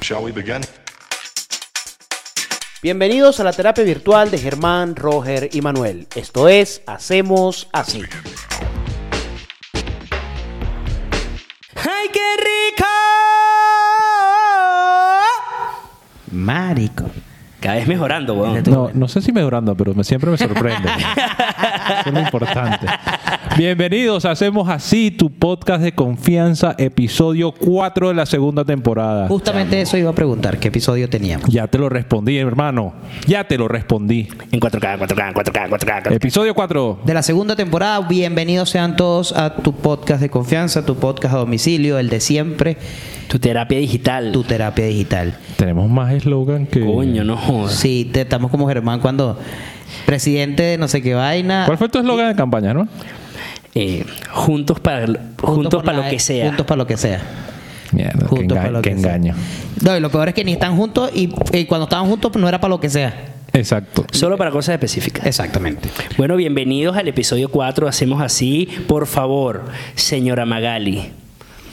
Shall we begin? Bienvenidos a la terapia virtual de Germán, Roger y Manuel. Esto es Hacemos Así. ¡Ay, qué rico! Marico. Cada vez mejorando, weón. No, no sé si mejorando, pero me, siempre me sorprende. Eso es lo importante. Bienvenidos, a hacemos así tu podcast de confianza, episodio 4 de la segunda temporada. Justamente eso iba a preguntar, ¿qué episodio teníamos? Ya te lo respondí, hermano. Ya te lo respondí. En 4K, 4K, 4K, 4K. Episodio 4. De la segunda temporada, bienvenidos sean todos a tu podcast de confianza, tu podcast a domicilio, el de siempre, Tu terapia digital. tu terapia digital. Tenemos más eslogan que. coño, no jodas. Sí, te- estamos como Germán cuando presidente de no sé qué vaina. ¿Cuál fue tu eslogan de campaña, no? Eh, juntos para, juntos por para la- lo que sea. Juntos para lo que sea. Mierda, qué, Juntos enga- para lo qué que sea. engaño. No, y lo peor es que ni están juntos y, y cuando estaban juntos no era para lo que sea. Exacto. Solo para cosas específicas. Exactamente. Bueno, bienvenidos al episodio 4. Hacemos así. Por favor, señora Magali,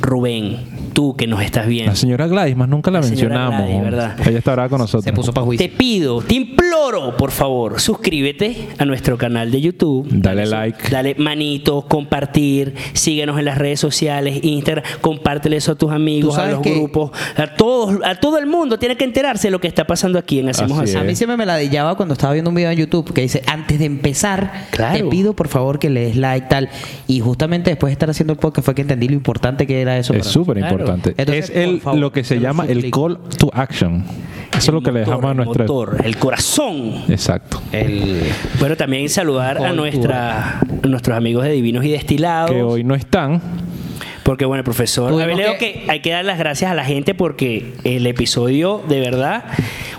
Rubén, tú que nos estás viendo. La señora Gladys, más nunca la, La señora mencionamos. Gladys, ¿verdad? Ella estará con nosotros. Se puso para Te juicio. pido, te imploro, por favor, suscríbete a nuestro canal de YouTube. Dale su- like. Dale manito, compartir, síguenos en las redes sociales, Instagram, compártele eso a tus amigos, Tú a sabes los que- grupos, a todos, a todo el mundo tiene que enterarse de lo que está pasando aquí en Hacemos Así Así. A mí siempre me ladillaba cuando estaba viendo un video en YouTube que dice, antes de empezar, Claro. te pido por favor que le des like tal. Y justamente después de estar haciendo el podcast fue que entendí lo importante que era eso. Es para- súper importante. Claro. Entonces, es el, por favor, lo que se yo lo llama el suplico. call to action. Eso es lo que le El dejamos motor, a nuestra. El motor, el corazón. Exacto. El- Bueno, también saludar a Cultura. nuestra, a nuestros amigos de Divinos y Destilados. Que hoy no están. Porque bueno, el profesor Tuvimos Abeleo, que- que hay que dar las gracias a la gente porque el episodio de verdad,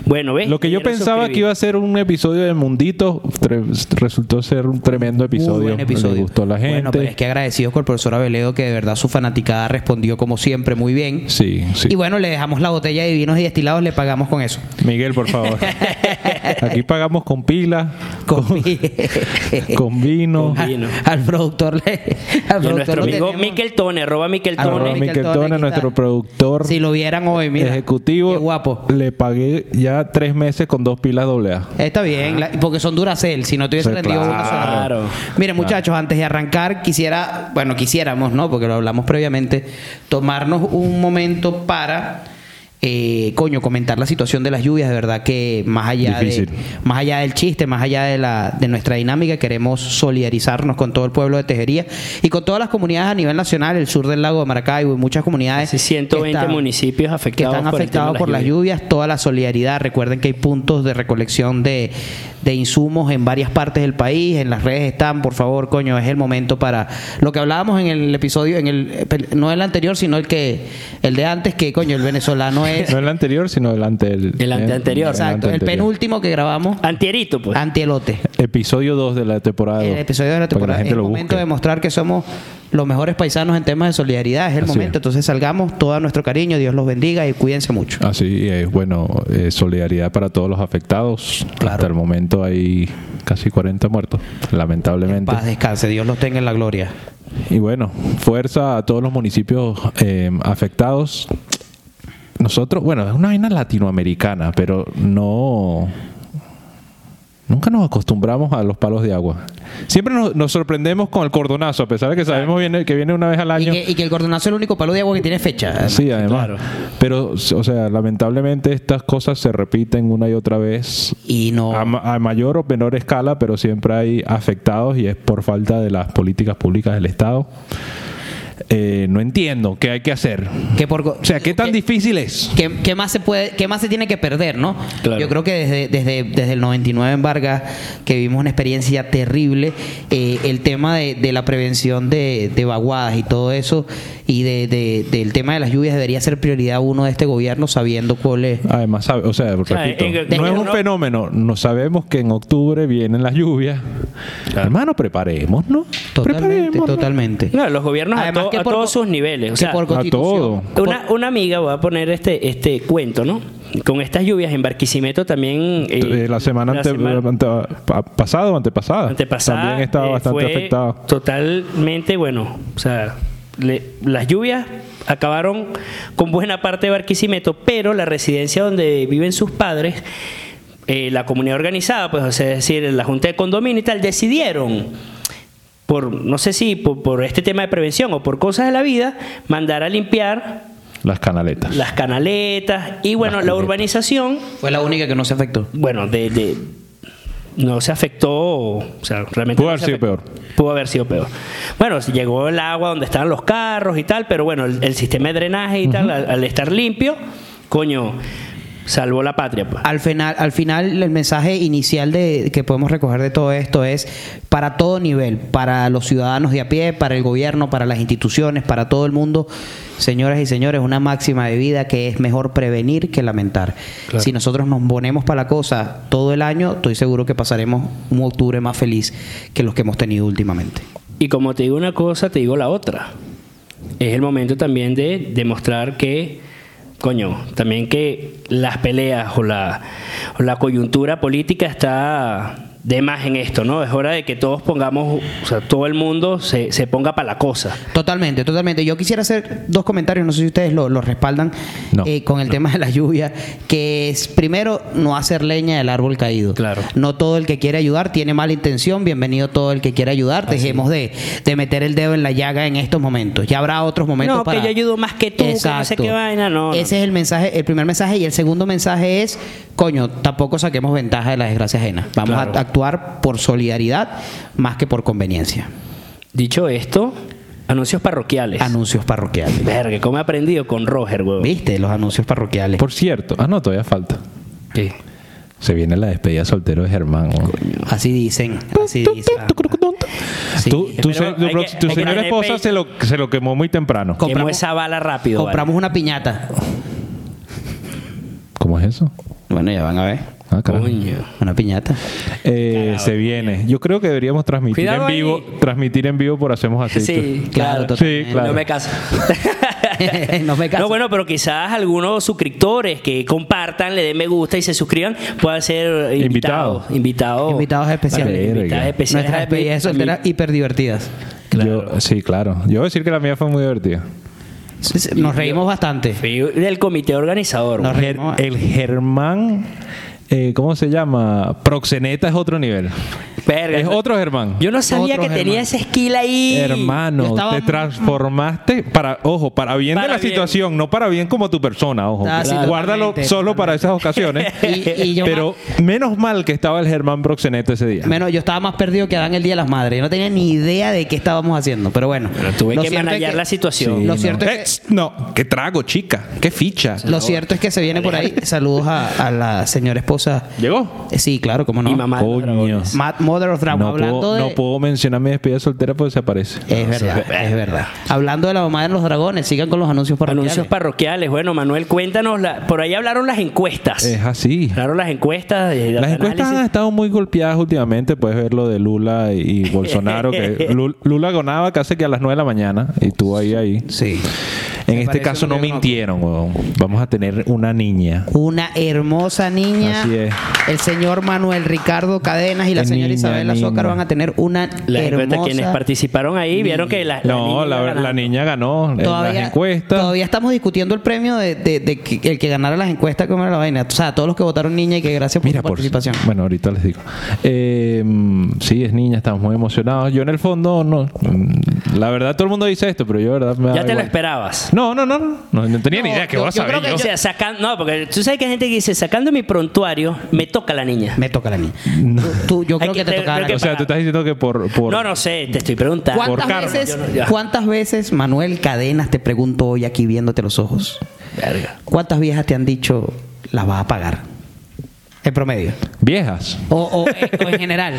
bueno, ves. Lo que yo Debieron pensaba suscribir. que iba a ser un episodio de Mundito tre- resultó ser un tremendo episodio. Muy buen episodio. Le gustó a la gente. Bueno, pero es que agradecidos con el profesor Abeledo, que de verdad su fanaticada respondió como siempre muy bien. Sí, sí. Y bueno, le dejamos la botella de vinos y destilados, le pagamos con eso. Miguel, por favor. Aquí pagamos con pila, Con, con vino. Con vino. al, al productor le. Al Y a productor nuestro lo amigo tenemos- Miquel Tone, arroba Miquel Arroba Tone. Arroba Miquel Miquel Tone, Tone, aquí nuestro está. productor Si lo vieran hoy, mira. ejecutivo. Qué guapo. Le pagué ya tres meses con dos pilas doble A. Está bien, la- porque son Duracell, si no tuviese Sí, rendido una sola. claro. vez. Miren, muchachos, antes de arrancar, quisiera, bueno, quisiéramos, ¿no? Porque lo hablamos previamente, tomarnos un momento para. eh, coño, comentar la situación de las lluvias, de verdad que más allá de, Difícil. más allá del chiste, más allá de la de nuestra dinámica, queremos solidarizarnos con todo el pueblo de Tejería y con todas las comunidades a nivel nacional, el sur del lago de Maracaibo y muchas comunidades. Sí, 120 que municipios que afectados están por el tema afectados de por las lluvias, toda la solidaridad. Recuerden que hay puntos de recolección de, de insumos en varias partes del país, en las redes están, por favor, coño, es el momento para lo que hablábamos en el episodio, en el no el anterior, sino el que el de antes, que coño, el venezolano es No el anterior, sino el ante el, El ante- anterior. exacto, el penúltimo que grabamos, Antierito, pues. antielote. Episodio 2 de la temporada. El dos, episodio de la para que temporada gente es el lo momento busque. de mostrar que somos los mejores paisanos en temas de solidaridad, es el Así es. momento. Entonces salgamos, todo nuestro cariño, Dios los bendiga y cuídense mucho. Así Ah, es, bueno, eh, solidaridad para todos los afectados. Hasta el momento hay casi 40 muertos, lamentablemente. Paz, descanse, Dios los tenga en la gloria. Y bueno, fuerza a todos los municipios eh, afectados. Nosotros, bueno, es una vaina latinoamericana, pero no... Nunca nos acostumbramos a los palos de agua. Siempre nos, nos sorprendemos con el cordonazo, a pesar de que sabemos viene- que viene una vez al Y año. Ah, que, y que el cordonazo es el único palo de agua que tiene fecha. Sí, además. Pero, o sea, lamentablemente estas cosas se repiten una y otra vez Y no. a, ma- a mayor o menor escala, pero siempre hay afectados y es por falta de las políticas públicas del Estado. Eh, no entiendo qué hay que hacer. que por, O sea, ¿qué tan difícil es? ¿Qué, qué más se puede, qué más se tiene que perder, no? Claro. Yo creo que desde, desde, desde el 99 en Vargas, que vimos una experiencia terrible, eh, el tema de, de la prevención de, de vaguadas y todo eso, y de, de- del tema de las lluvias debería ser prioridad uno de este gobierno, sabiendo cuál es. Además, sabe- o sea, repito, en- en- no es un no- fenómeno. No sabemos que en octubre vienen las lluvias. Hermano, preparemos, ¿no? Totalmente, totalmente. Claro, los gobiernos a, Además to- que a por- todos sus niveles. O que sea, por A todo. constitución. Una, una amiga va a poner este, este cuento, ¿no? Con estas lluvias en Barquisimeto también. eh, Eh, la semana, ante- semana ante- pa- pasada o antepasada. antepasada, Ah, También estaba eh, bastante fue afectado. Totalmente, bueno, o sea, le- las lluvias acabaron con buena parte de Barquisimeto, pero la residencia donde viven sus padres, eh, la comunidad organizada, pues o sea, es decir, la Junta de Condominio y tal, decidieron por no sé si por, por este tema de prevención o por cosas de la vida, mandar a limpiar Las canaletas. las canaletas y bueno, Las la cunetas. urbanización Fue la única que no se afectó. bueno, de, de- no se afectó, o sea, realmente Pudo no haber se sido afectó. peor. Pudo haber sido peor. Bueno, llegó el agua donde estaban los carros y tal, pero bueno, el, el sistema de drenaje y tal, al, al estar limpio, coño, salvó la patria. pues. Al final, al final, el mensaje inicial de, que podemos recoger de todo esto es para todo nivel, para los ciudadanos de a pie, para el gobierno, para las instituciones, para todo el mundo, señoras y señores, una máxima de vida que es mejor prevenir que lamentar. Si nosotros nos ponemos para la cosa todo el año, estoy seguro que pasaremos un octubre más feliz que los que hemos tenido últimamente. Y como te digo una cosa, te digo la otra. Es el momento también de demostrar que, coño, también que las peleas o la, o la coyuntura política está de más en esto, ¿no? Es hora de que todos pongamos, o sea, todo el mundo se, se ponga para la cosa. Totalmente, totalmente. Yo quisiera hacer dos comentarios, no sé si ustedes lo, lo respaldan, No. eh, con el tema de la lluvia, que es primero no hacer leña del árbol caído. Claro. No todo el que quiere ayudar tiene mala intención, bienvenido todo el que quiere ayudar, dejemos de, de meter el dedo en la llaga en estos momentos. Ya habrá otros momentos No, que para... yo ayudo más que tú, que no sé Exacto. qué vaina, no, no. Ese es el mensaje, el primer mensaje y el segundo mensaje es, coño, tampoco saquemos ventaja de la desgracia ajena. Vamos Claro. a actuar por solidaridad más que por conveniencia. Dicho esto, anuncios parroquiales. Anuncios parroquiales. Verga, ¿cómo he aprendido con Roger, huevón? ¿Viste? Los anuncios parroquiales. Por cierto, ah, no, todavía falta. ¿Qué? Se viene la despedida soltero de Germán. ¿no? Así dicen, así dicen. Sí. Tú- tú Pero se- hay tu, que- pro- tu hay que señora darle esposa pay- se lo, se lo quemó muy temprano. Co- Quemó Compramos- esa bala rápido, vale. Compramos una piñata. ¿Cómo es eso? Bueno, ya van a ver. Ah, carajo. Coño. Una piñata. Eh, se viene. Yo creo que deberíamos transmitir Cuidado en ahí. vivo, transmitir en vivo por hacemos así. Sí, Claro, claro. Sí, claro. No me caso. No me caso. No, bueno, pero quizás algunos suscriptores que compartan, le den me gusta y se suscriban puedan ser invitados. Invitados. Invitados. Invitados especiales. Vale, invitados Verga. especiales. Nuestras despedidas solteras hiper divertidas. Yo- sí, claro. Yo voy a decir que la mía fue muy divertida. Nos reímos bastante. Fui del comité organizador. Nos güey. Ger- reímos. el Germán, eh, ¿cómo se llama? Proxeneta es otro nivel. Verga. Es otro Germán. Yo no sabía Otro que Germán. tenía esa esquila ahí. Hermano, Yo estaba- te transformaste para, ojo, para bien de Para la bien. situación, no para bien como tu persona, ojo. Ah, sí, Guárdalo totalmente, solo para esas ocasiones. Y- y yo pero menos mal que estaba el Germán Proxeneta ese día. Menos, yo estaba más perdido que Adán el Día de las Madres. Yo no tenía ni idea de qué estábamos haciendo. Pero bueno. Pero tuve Lo que cierto es manejar la situación. Lo no. cierto es que- Eh, tss, no, qué trago, chica, qué ficha. Lo cierto es que se viene por ahí. Saludos a, a la señora esposa. ¿Llegó? Eh, Sí, claro, cómo no. Y mamá. Coño. dragones. Ma- Mother of Drama. No Hablando puedo, de... no puedo mencionar mi despedida soltera porque se aparece. Es verdad, es verdad. eh, Hablando de la mamá de los dragones, sigan con los anuncios parroquiales. Anuncios parroquiales. Bueno, Manuel, cuéntanos. la- por ahí hablaron las encuestas. Es así. Hablaron las encuestas. eh, los Las encuestas han análisis. estado muy golpeadas últimamente. Puedes ver lo de Lula y, y Bolsonaro. que Lu- Lula ganaba casi que a las 9 de la mañana y tú ahí, ahí. Sí. En Me este parece caso muy no bien, ¿no? mintieron, weón. Vamos a tener una niña. Una hermosa niña. Así es. El señor Manuel Ricardo Cadenas y la Qué señora niña, Isabela niña. Zócar van a tener una Las encuestas, hermosa quienes participaron ahí vieron que la, la No, niña la, iba la ganando. niña ganó en Todavía, las encuestas. todavía estamos discutiendo el premio de, de- de que- el que ganara las encuestas, cómo era la vaina. O sea, todos los que votaron niña y que gracias por Mira, su por participación. Bueno, ahorita les digo. Eh, mm, sí, es niña, estamos muy emocionados. Yo en el fondo, no. mm, La verdad, todo el mundo dice esto, pero yo, de verdad, me da Ya te lo igual. esperabas. No, no, no, no. No, no tenía ni idea que yo- vas yo a creo ver. que O sea, sacando, no, porque tú sabes que hay gente que dice, sacando mi prontuario, me toca la niña. Me toca la niña. Tú- tú- yo creo Aquí que te te- toca creo la que O sea, tú estás diciendo que por. por- No, no sé, te estoy preguntando. Por ¿Cuántas karma. veces, Yo no- ya. ¿Cuántas veces, Manuel Cadenas, te pregunto hoy aquí viéndote los ojos? Verga. ¿Cuántas viejas te han dicho las vas a pagar? En promedio. Viejas. O, o- eh, o en general.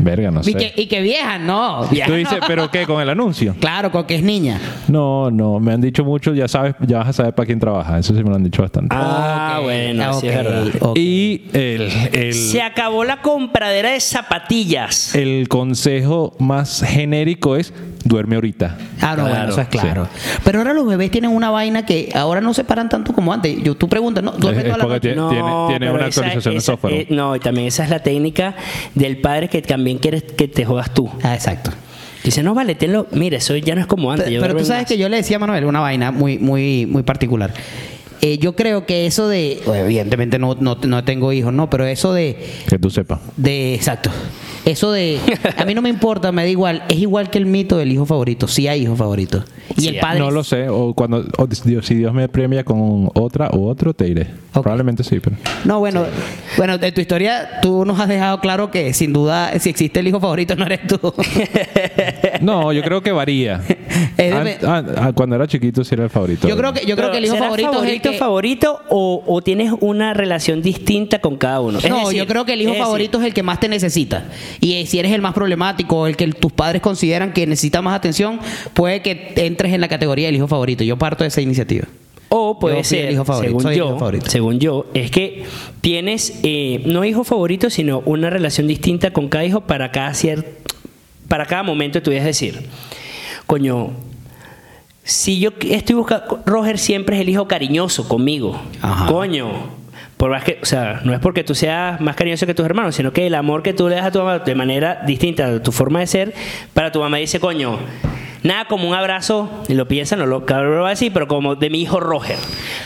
Verga, no y, que, sé. y que viejas, no. Tú dices, ¿pero qué? ¿Con el anuncio? Claro, con que es niña. No, no. Me han dicho mucho, ya sabes, ya vas a saber para quién trabaja. Eso sí me lo han dicho bastante. Ah, Ok, bueno, sí es Eh, ok, verdad. ok. Y el, Se el, acabó la compradera de zapatillas. Eh, el consejo más genérico es duerme ahorita. Ah, no, bueno, Claro, eso es claro. Pero ahora los bebés tienen una vaina que ahora no se paran tanto como antes. Yo, tú preguntas, no, duerme Es- es toda la porque noche. tiene- tiene pero una esa- actualización de esa- software. eh, no, y también esa es la técnica del padre que también quieres que te jodas tú. Ah, exacto. Dice, no, vale, tenlo. Mira, eso ya no es como antes. yo Pero, tú agarro sabes un que yo le decía a Manuel una vaina muy, muy, muy particular. Eh, yo creo que eso de. Evidentemente no, no, no tengo hijos, no, pero eso de. eh, Que tú sepas. De, exacto. Eso de, a mí no me importa, me da igual. Es igual que el mito del hijo favorito. Sí hay hijo favorito. Y Sí el hay. padre. No lo sé, o cuando o Dios- si Dios me premia con otra o otro, te iré. Ok. Probablemente sí, pero. No, bueno, bueno, de tu historia tú nos has dejado claro que sin duda, si existe el hijo favorito, no eres tú. No, yo creo que varía. de- Ant- ah, ah, cuando era chiquito sí era el favorito. yo creo que, yo creo Pero, que el hijo ¿serás favorito, es el favorito, que- favorito o, o tienes una relación distinta con cada uno? Es No, decir, yo creo que el hijo es decir, favorito es el que más te necesita. Y eh, si eres el más problemático, el que tus padres consideran que necesita más atención, puede que entres en la categoría del hijo favorito. Yo parto de esa iniciativa. O puede Yo fui ser, el hijo favorito, según soy el yo, hijo favorito. según yo, es que tienes eh, no hijo favorito, sino una relación distinta con cada hijo para cada cier- para cada momento. Tú debes decir, coño, si yo estoy buscando, Roger siempre es el hijo cariñoso conmigo, Ajá. coño. Por más que, o sea, no es porque tú seas más cariñoso que tus hermanos, sino que el amor que tú le das a tu mamá de manera distinta de tu forma de ser, para tu mamá dice, coño, nada como un abrazo, y lo piensa, no lo, claro, lo va a decir, pero como de mi hijo Roger.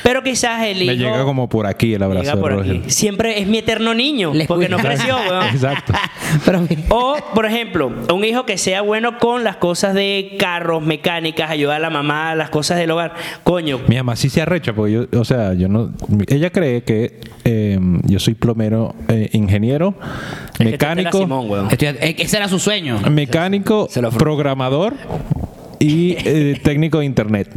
Pero quizás el hijo. Me llega como por aquí el llega abrazo de por aquí. Roger. Siempre es mi eterno niño, Les porque no cuida. creció, weón. Exacto. Ah, Pero O, por ejemplo, un hijo que sea bueno con las cosas de carros, mecánicas, ayudar a la mamá, las cosas del hogar. Coño, este Mi mamá sí se arrecha, porque yo, o sea, yo no. mi- Ella cree que eh, yo soy plomero, eh, ingeniero, es que tú eres mecánico, la Simón, weón. Estoy- eh, ese era su sueño. mecánico, Se lo afro- programador y eh, técnico de internet.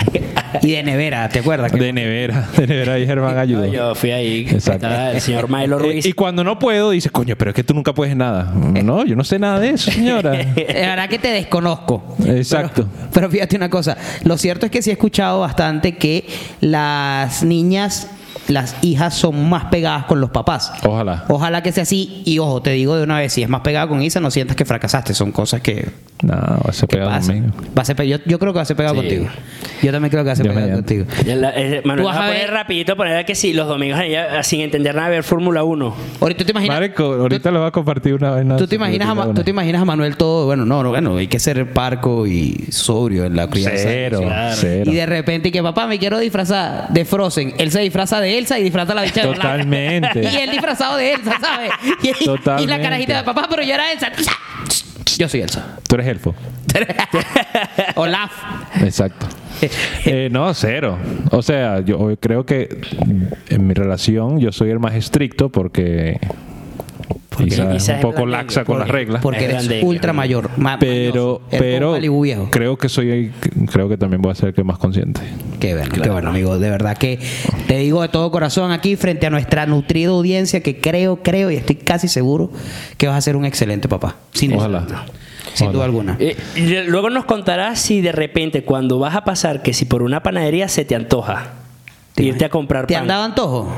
Y de nevera, ¿te acuerdas? De nevera, de nevera y Germán ayudó. No, yo fui ahí. Exacto. Estaba el señor Milo Eh, Ruiz. y cuando no puedo, dice, coño, pero es que tú nunca puedes nada. No, yo no sé nada de eso, señora. La verdad que te desconozco. Exacto. Pero, pero fíjate una cosa. Lo cierto es que sí he escuchado bastante que las niñas, las hijas son más pegadas con los papás. Ojalá. Ojalá que sea así. Y ojo, te digo de una vez, si es más pegada con Isa, no sientas que fracasaste. Son cosas que No, eso pega pasan. conmigo. Va a ser pe- yo, yo creo que va a ser pegado Sí. contigo. Yo también creo que va a ser Dios pegado mediante. contigo. Ya la- eh, Manuel Tú vas va a a poner ver- rapidito, poner que sí, los domingos allá, sin entender nada, ver Fórmula 1. Ahorita tú te imaginas... Marico, ahorita lo va a compartir una vaina. ¿Tú te, imaginas a Ma- ¿Tú te imaginas a Manuel todo? Bueno, no, no, bueno, hay que ser parco y sobrio en la crianza. Cero, Claro. cero. Y de repente que papá me quiero disfrazar de Frozen. Él se disfraza de Elsa y disfraza a la bicha de Blanca. Totalmente. y él disfrazado de Elsa, ¿sabes? Y, y la Totalmente. carajita de papá, pero yo era Elsa. Yo soy Elsa. Tú eres elfo. Olaf. Exacto. Eh, no, cero. O sea, yo creo que en mi relación yo soy el más estricto porque quizás Quizás un es poco blandengue, laxa con las reglas. Porque Es eres grande, ultra claro. mayor. ma- pero, mañoso. Eres un pero Malibu viejo. creo que soy, creo que también voy a ser el que más consciente. Qué bueno, qué bueno, amigo. De verdad que te digo de todo corazón aquí frente a nuestra nutrida audiencia que creo, creo y estoy casi seguro que vas a ser un excelente papá. Sin duda. Ojalá. Sin duda alguna. Eh, y luego nos contarás si de repente cuando vas a pasar, que si por una panadería se te antoja irte a comprar ¿Te pan. han dado antojo?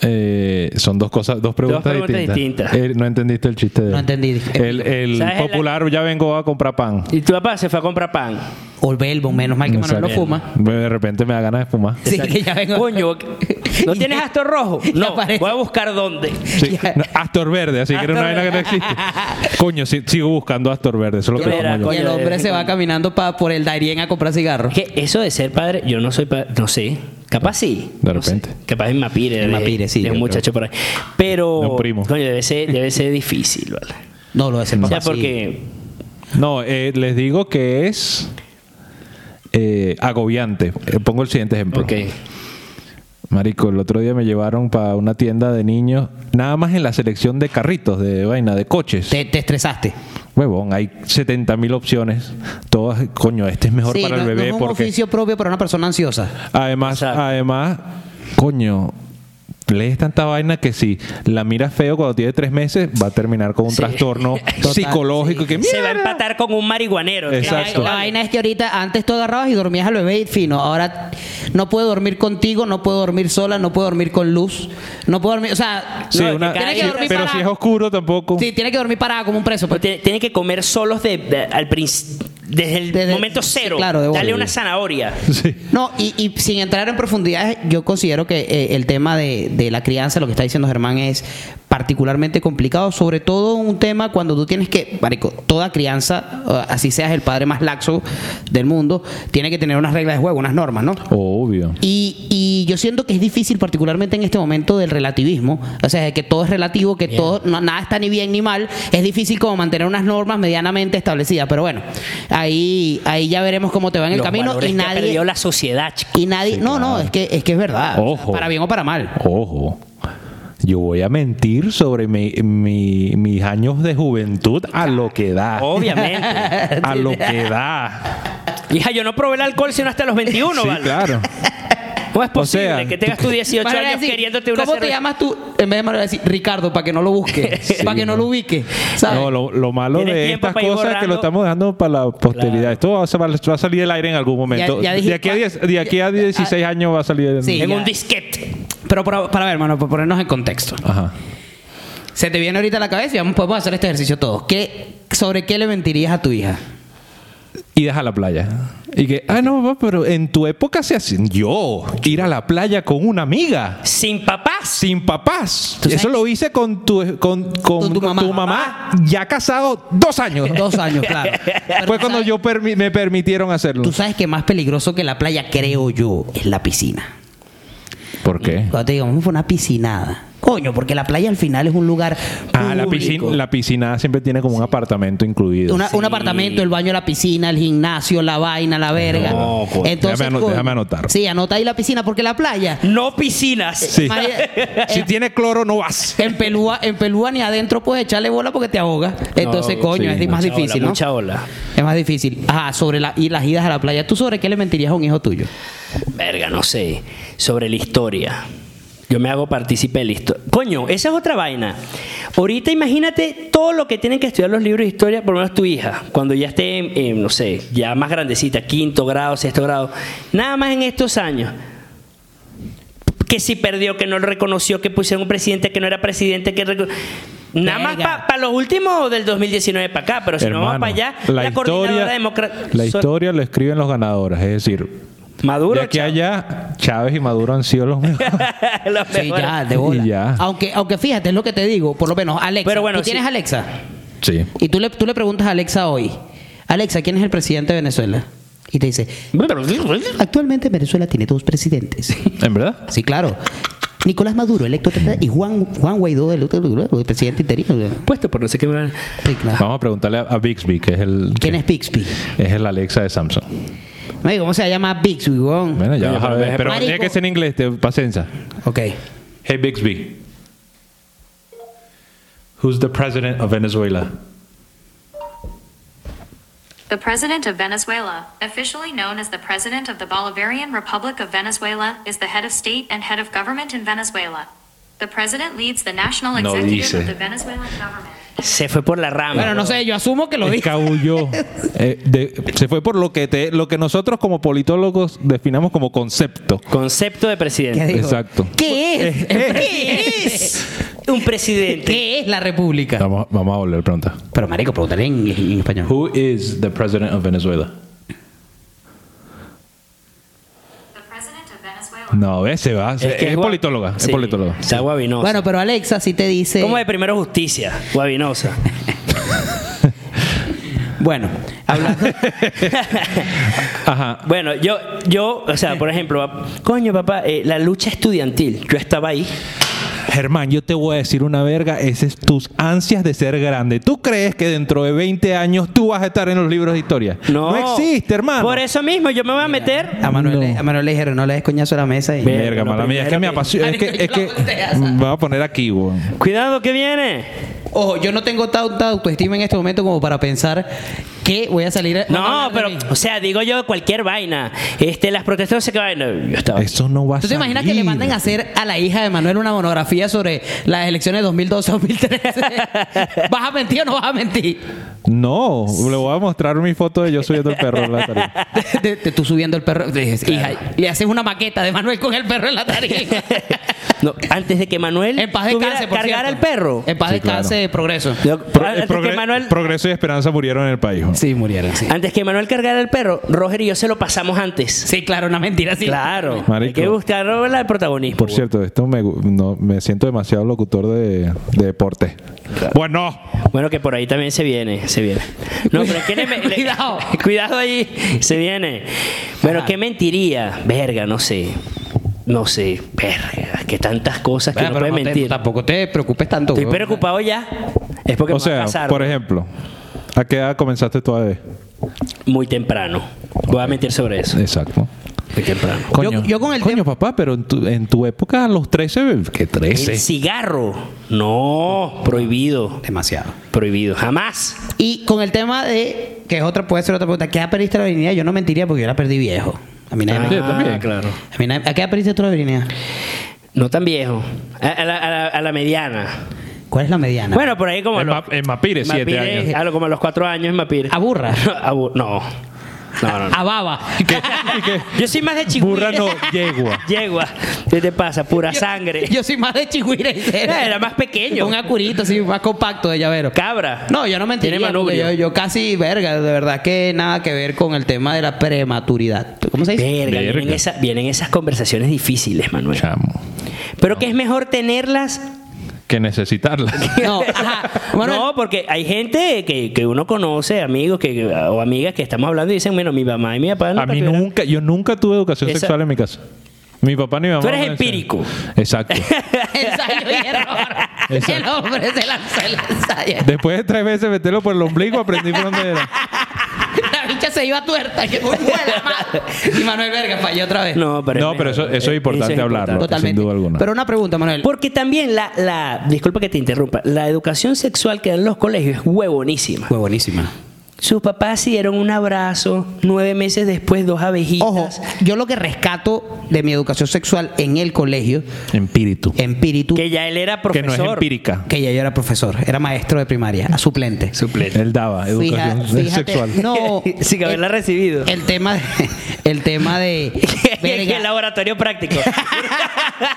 Eh, son dos cosas, dos preguntas, preguntas distintas. distintas. Eh, no entendiste el chiste de No entendí. El, el ¿Sabes la- popular ya vengo a comprar pan. Y tu papá se fue a comprar pan. O el Belbo, menos mal que No sé. Manuel lo fuma. De repente me da ganas de fumar. Sí, que ya vengo. Coño, ¿no tienes Astor Rojo? Y No, aparece. voy a buscar dónde. Sí. Ya. No, Astor Verde, así que era una Astor vaina que no existe. Coño, sí, sigo buscando Astor Verde, eso es lo que Mira, como Y yo. el Coño, de hombre vez se en va cuando. caminando pa- por el Darien a comprar cigarros. Que eso de ser padre, yo no soy padre, no sé. Capaz sí. De no sé. repente. Capaz es Mapire. Es de- Mapire, sí, de yo un creo. muchacho por ahí. Pero. De un primo. Coño, debe ser, debe ser difícil, ¿vale? No, lo hace el O papá. sea, sí. porque. No, eh, les digo que es eh, agobiante. Eh, pongo el siguiente ejemplo. Ok. Marico, el otro día me llevaron para una tienda de niños, nada más en la selección de carritos, de vaina, de coches. Te, te estresaste. Huevón, hay 70 mil opciones. Todas, coño, este es mejor Sí, para no, el no bebé es un porque. oficio propio para una persona ansiosa. Además, Exacto. además, coño, lees tanta vaina que si la miras feo cuando tiene tres meses, va a terminar con un trastorno psicológico que Se va a mira, empatar con un marihuanero. Exacto. La vaina es que ahorita antes tú agarrabas y dormías al bebé y fino. Ahora no puedo dormir contigo, no puedo dormir sola, no puedo dormir con luz, no puedo dormir, o sea, Sí, No, es que una- cada sí, quien está pero parado. si es oscuro tampoco. sí, tiene que dormir parada como un preso. O pues. tiene, tiene que comer solos de, de- al princ- desde el Desde- momento sí, cero, claro, de dale bola. una zanahoria. Sí. No, y, y sin entrar en profundidades, yo considero que eh, el tema de, de la crianza, lo que está diciendo Germán, es particularmente complicado, sobre todo un tema cuando tú tienes que, marico, toda crianza, eh, así seas el padre más laxo del mundo, tiene que tener unas reglas de juego, unas normas, ¿no? Obvio. Y, y yo siento que es difícil, particularmente en este momento del relativismo, o sea, de que todo es relativo, que todo no- nada está ni bien ni mal, es difícil como mantener unas normas medianamente establecidas, pero bueno, ahí ahí ya veremos cómo te va en el Los camino valores y que ha nadie perdido la sociedad, chico. y nadie, no, no, es que es que es verdad, O sea, Ojo. para bien o para mal. Ojo. Yo voy a mentir sobre mi- mi- mis años de juventud a lo que da. Obviamente. A lo que da. Hija, yo no probé el alcohol sino hasta los 21, Sí, ¿vale? claro. ¿Cómo es posible sea, que tengas tus 18 Manuel va a años decir, queriéndote una ¿Cómo te cerveza? llamas tú? En vez de Manuel va a decir Ricardo para que no lo busque, para que no, lo ubique, ¿sabes? No, lo, lo malo Tienes de tiempo estas para ir cosas es que borrando. lo estamos dejando para la posteridad. Esto va a, sal- va a salir el aire en algún momento. ya dije- de, aquí a 10 de aquí a 16 años va a salir el... ah, Sí. En Ya. un disquete. Pero para, para ver, hermano, para ponernos en contexto. Ajá. Se te viene ahorita a la cabeza y vamos, podemos hacer este ejercicio todos. ¿Qué, ¿Sobre qué le mentirías a tu hija? Idas a la playa. Y que, ah, no, papá, pero en tu época se hacía yo ir a la playa con una amiga. Sin papás. sin papás. ¿Tú Eso sabes? lo hice con tu, con, con- Con tu con mamá. tu mamá, ya casado dos años. Dos años, claro. Pero Fue tú cuando sabes- yo permi- me permitieron hacerlo. Tú sabes que más peligroso que la playa, creo yo, es la piscina. ¿Por qué? Cuando te digo, vamos a una piscinada. Coño, porque la playa al final es un lugar. Ah, la, público. piscina, la piscina siempre tiene como un apartamento incluido. Una- Un Sí. apartamento, el baño, la piscina, el gimnasio, la vaina, la verga. No, coño. Déjame ano- coño, déjame anotar. Sí, anota ahí la piscina, porque la playa. No piscinas. Sí. María- si tiene cloro, no vas. En Pelúa, en Pelúa ni adentro puedes echarle bola porque te ahoga. Entonces, coño, sí, es más Mucha difícil, ola, ¿no? Mucha ola. Es más difícil. Ajá, sobre la, y las idas a la playa. ¿Tú sobre qué le mentirías a un hijo tuyo? Verga, no sé. Sobre la historia. Yo me hago partícipe de la historia. Coño, esa es otra vaina. Ahorita imagínate todo lo que tienen que estudiar los libros de historia, por lo menos tu hija, cuando ya esté, eh, no sé, ya más grandecita, quinto grado, sexto grado, nada más en estos años. Que si perdió, que no lo reconoció, que pusieron un presidente que no era presidente, que... reco- Nada más Verga. para los últimos del 2019 para acá, pero si no vamos Hermano, para allá, la, historia, democrática... la historia lo escriben los ganadores. Es decir, Maduro. de aquí chao. allá, Chávez y Maduro han sido los mejores. Los Sí, mejores. ya, de bola. Y ya. Aunque, aunque fíjate, es lo que te digo, por lo menos, Alexa. Pero bueno, tú tienes sí. Alexa. sí. Y tú le, tú le preguntas a Alexa hoy, Alexa, ¿quién es el presidente de Venezuela? Y te dice, actualmente Venezuela tiene dos presidentes. ¿En verdad? sí, claro. Nicolás Maduro, electo y Juan, Juan Guaidó, el, el presidente interino. Puesto por no sé qué me van- Sí, claro. Vamos a preguntarle a, a Bixby, que es el... ¿Quién es Bixby? Es el Alexa de Samsung. Me digo, ¿cómo se llama Bixby, weón? Bueno, ya Oye, vas a pero ver. deje- Pero Marico. tiene que ser en inglés, te- paciencia. Ok. Hey Bixby. Who's the president of Venezuela? The President of Venezuela, officially known as the President of the Bolivarian Republic of Venezuela, is the head of state and head of government in Venezuela. The President leads the national No executive dice. of the Venezuelan government. Se fue por la rama. Bueno, no sé, yo asumo que lo dije. Escabulló. Eh, de- se fue por lo que, te, lo que nosotros como politólogos definamos como concepto. Concepto de ¿Qué presidente. digo? Exacto. ¿Qué es? eh, ¿Qué es un presidente? ¿Qué es la república? Vamos, vamos a volver a preguntar. Pero marico, pregúntale en, inglés y en español. Who is the president of Venezuela? The President of Venezuela. No, ese va. Es, que es gua- politóloga. Sí, Es politóloga. Está guabinosa. Bueno, pero Alexa sí te dice... Como de primero justicia, guabinosa. Bueno, hablando... Ajá. Bueno, yo, yo, o sea, por ejemplo, pap- coño, papá, eh, la lucha estudiantil. Yo estaba ahí. Germán, yo te voy a decir una verga, ese es tus ansias de ser grande. ¿Tú crees que dentro de 20 años tú vas a estar en los libros de historia? No, existe, hermano. Por eso mismo, yo me voy a meter. A Manuel, le- a Manuel le dijeron, no le des coñazo a la mesa. Y... Ve- Verga, Lo mala mía, es que primero me que- apasiona, es que, es que me voy a poner aquí, weón. Cuidado que viene. Ojo, yo no tengo tanta autoestima en este momento como para pensar que voy a salir... a- van a No, hablar de pero, mí. o sea, digo yo cualquier vaina. Este, las protestas, no sé qué vaina. Yo estaba. Eso no va a ¿Tú te imaginas que le salir. manden a hacer a la hija de Manuel una monografía sobre las elecciones de 2012-2013? ¿Vas a mentir o no vas a mentir? No, le voy a mostrar mi foto de yo subiendo el perro en la tarima. De, de tú subiendo el perro. de- hija, le haces una maqueta de Manuel con el perro en la tarima. No, antes de que Manuel En paz tuviera- descanse, por cargara cierto. al perro. En paz Sí, descanse, eh, claro. de progreso. Yo- Pro- eh, antes, progre- que Manuel, Progreso y Esperanza murieron en el país. ¿no? Sí, murieron, sí. antes que Manuel cargara al perro, Roger y yo se lo pasamos antes. Sí, claro, una mentira, sí. Claro. Hay Marico. que buscar el protagonismo. Por güey. cierto, esto me, gu- no, me siento demasiado locutor de, de deporte. Bueno, Bueno, que por ahí también se viene, se viene. No, pero es que le- le- Cuidado. cuidado ahí, se viene. Bueno, Ajá. ¿qué mentiría? Verga, no sé. No sé, verga, que tantas cosas que Bueno, no pero puede no te- mentir. tampoco te preocupes tanto. Estoy weón. preocupado ya. Es porque o me va a sea, casar por ejemplo, ¿a qué edad comenzaste tú a ver? muy temprano. Voy a mentir sobre eso. Exacto. Muy temprano. Yo- yo con el coño papá, pero en tu, en tu época a los eh, 13, ¿qué El 13? cigarro. No, prohibido. Demasiado. Prohibido. Jamás. Y con el tema de, que es otra, puede ser otra pregunta, ¿qué edad perdiste la virginidad? Yo no mentiría porque yo la perdí viejo. A mí nadie Ah, me- sí, también. claro. a mí nadie- ¿A qué edad perdiste tú la virginidad? No tan viejo. A, a la, a la- a la mediana. ¿Cuál es la mediana? Bueno, por ahí como. En los- Ma- en Mapire, siete Mapire, años. a lo- como a los cuatro años en Mapire. ¿A burra? A bu- no. No, no, no. a baba. Yo soy más de chihuahua. Burra no, yegua. Yegua. ¿Qué te pasa? Pura Yo- sangre. Yo soy más de chihuire. Era- era más pequeño. Un acurito, así, más compacto de llavero. Cabra. No, yo no mentiría. Tiene porque manubrio. Yo, yo casi, verga, de verdad que nada que ver con el tema de la prematuridad. ¿Cómo se dice? Verga, Verga. Vienen, esa- vienen esas conversaciones difíciles, Manuel. Chamo. Pero que es mejor tenerlas. Que necesitarla. No, ajá. Manuel. No, porque hay gente que, que uno conoce, amigos que, o amigas que estamos hablando y dicen, bueno, mi mamá y mi papá no A mí tuvieron- nunca, yo nunca tuve educación Esa- sexual en mi casa. Mi papá ni mi mamá. Tú eres me decían- empírico. Exacto. ensayo y error. Exacto. El hombre se lanzó el ensayo. Después de tres veces meterlo por el ombligo, aprendí por dónde era. La bicha se iba a tuerta. Que fue la madre. Y Manuel Verga falló otra vez. No, pero, No, pero eso- eso es importante hablarlo. importante. sin duda alguna. Pero una pregunta, Manuel. Porque también la, la- disculpa que te interrumpa, la educación sexual que dan en los colegios es huevonísima. Fue buenísima. Sus papás sí dieron un abrazo, nueve meses después dos abejitas. Ojo, yo lo que rescato de mi educación sexual en el colegio, Empíritu. empíritu, Que ya él era Que no profesor. es empírica. que ya yo era profesor, era maestro de primaria, a suplente. Él daba Fija- educación fíjate, sexual. No, Sin haberla el, recibido. el tema de, el tema de verga. el laboratorio práctico.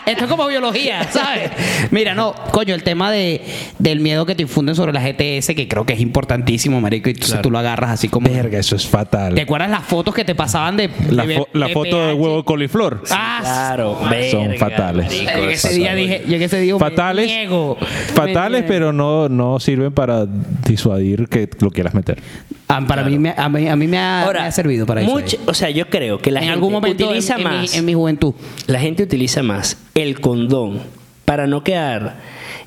Esto es como biología, ¿sabes? Mira, no, coño, el tema de, del miedo que te infunden sobre la GTS, que creo que es importantísimo, marico, y entonces tú lo agarras así como... Verga, eso es fatal. ¿Te acuerdas las fotos que te pasaban de... La, de- fo- la de foto PH? de huevo de coliflor. Ah, claro, Son verga, fatales. marico, Yo en ese es día fatal. dije, yo en ese día me Fatales, niego. fatales Me- pero no, no sirven para disuadir que lo quieras meter. Ah, para mí, me- a mí, a mí me, ha, Ahora, Ah, me ha servido para mucho- eso. eh. o sea, yo creo que la en gente algún momento utiliza en, en mi- más. en mi juventud. La gente utiliza más el condón para no quedar,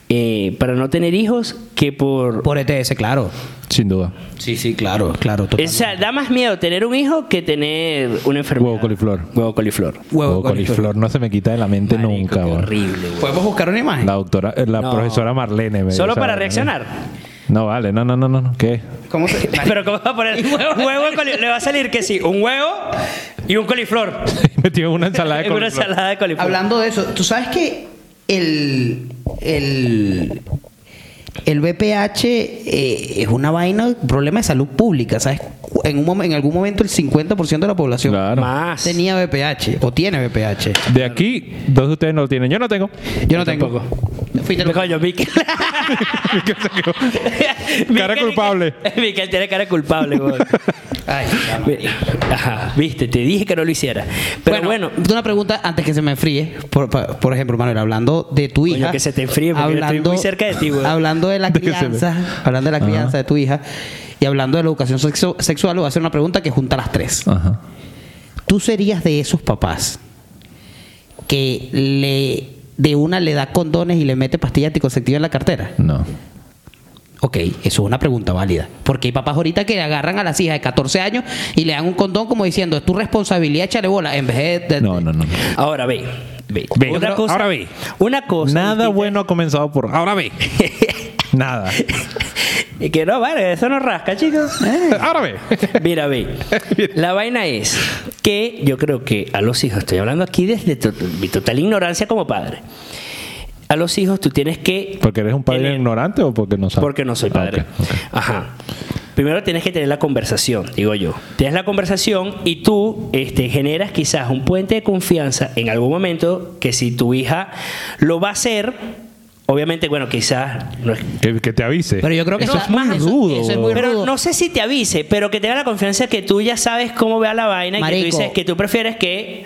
eh, para no tener hijos que por... Por ETS, claro. Sin duda. Sí, sí, claro, claro. o sea, da más miedo tener un hijo que tener una enfermedad. Huevo coliflor. Huevo coliflor. Huevo, coliflor. no se me quita de la mente Marico, nunca. qué bro. horrible, güey. ¿Podemos buscar una imagen? La doctora, eh, la No. profesora Marlene. me- Solo esa- para reaccionar. No vale, no, no, no, no. no. ¿Qué? ¿Cómo se...? Pero ¿cómo va a poner huevo, y coliflor? Le va a salir que sí, un huevo y un coliflor. Metió una ensalada de una coliflor. ensalada de coliflor. Hablando de eso, tú sabes que el el el BPH eh, es una vaina, un problema de salud pública, ¿sabes? En un momen- en algún momento el 50% de la población Claro. Más. tenía BPH o tiene BPH. De aquí, dos de ustedes no lo tienen. Yo no tengo. Yo no tengo. Fuiste el- Coño, Miquel. Cara Miquel- culpable. Miquel tiene cara culpable, güey. Ay, ya, madre. Ajá, viste, te dije que no lo hiciera. Pero bueno, una pregunta antes que se me enfríe. Por, pa- por ejemplo, Manuel, hablando de tu Coño, hija. que se te enfríe, porque yo estoy muy cerca de ti, güey. Hablando de la De que se me- crianza, hablando de la crianza de tu hija y hablando de la educación sexo- sexual, voy a hacer una pregunta que junta las tres. Ajá. ¿Tú serías de esos papás que le de una le da condones y le mete pastilla anticonceptiva en la cartera? No. Ok, eso es una pregunta válida. Porque hay papás ahorita que agarran a las hijas de 14 años y le dan un condón como diciendo, es tu responsabilidad echarle bola en vez de... de- No, no, no. ahora ve. ve. Ve. Una Pero- cosa, ahora ve. Una cosa. Nada distinta- bueno ha comenzado por. Pues, Ahora ve. Nada. Y que no, vale, eso no rasca, chicos. Ahora ve. Mira, ve. La vaina es que yo creo que a los hijos, estoy hablando aquí desde to- mi total ignorancia como padre. A los hijos tú tienes que. ¿Porque eres un padre tener- ignorante o porque no sabes? Porque no soy padre. Ah, ok, ok. Ajá. primero tienes que tener la conversación, digo yo. Tienes la conversación y tú este, generas quizás un puente de confianza en algún momento que si tu hija lo va a hacer, obviamente, bueno, quizás no es- Que, que te avise. Pero yo creo que Eso está- es muy eso- rudo, eso es muy pero rudo. no sé si te avise, pero que tenga la confianza que tú ya sabes cómo vea la vaina y que Marico. tú dices que tú prefieres que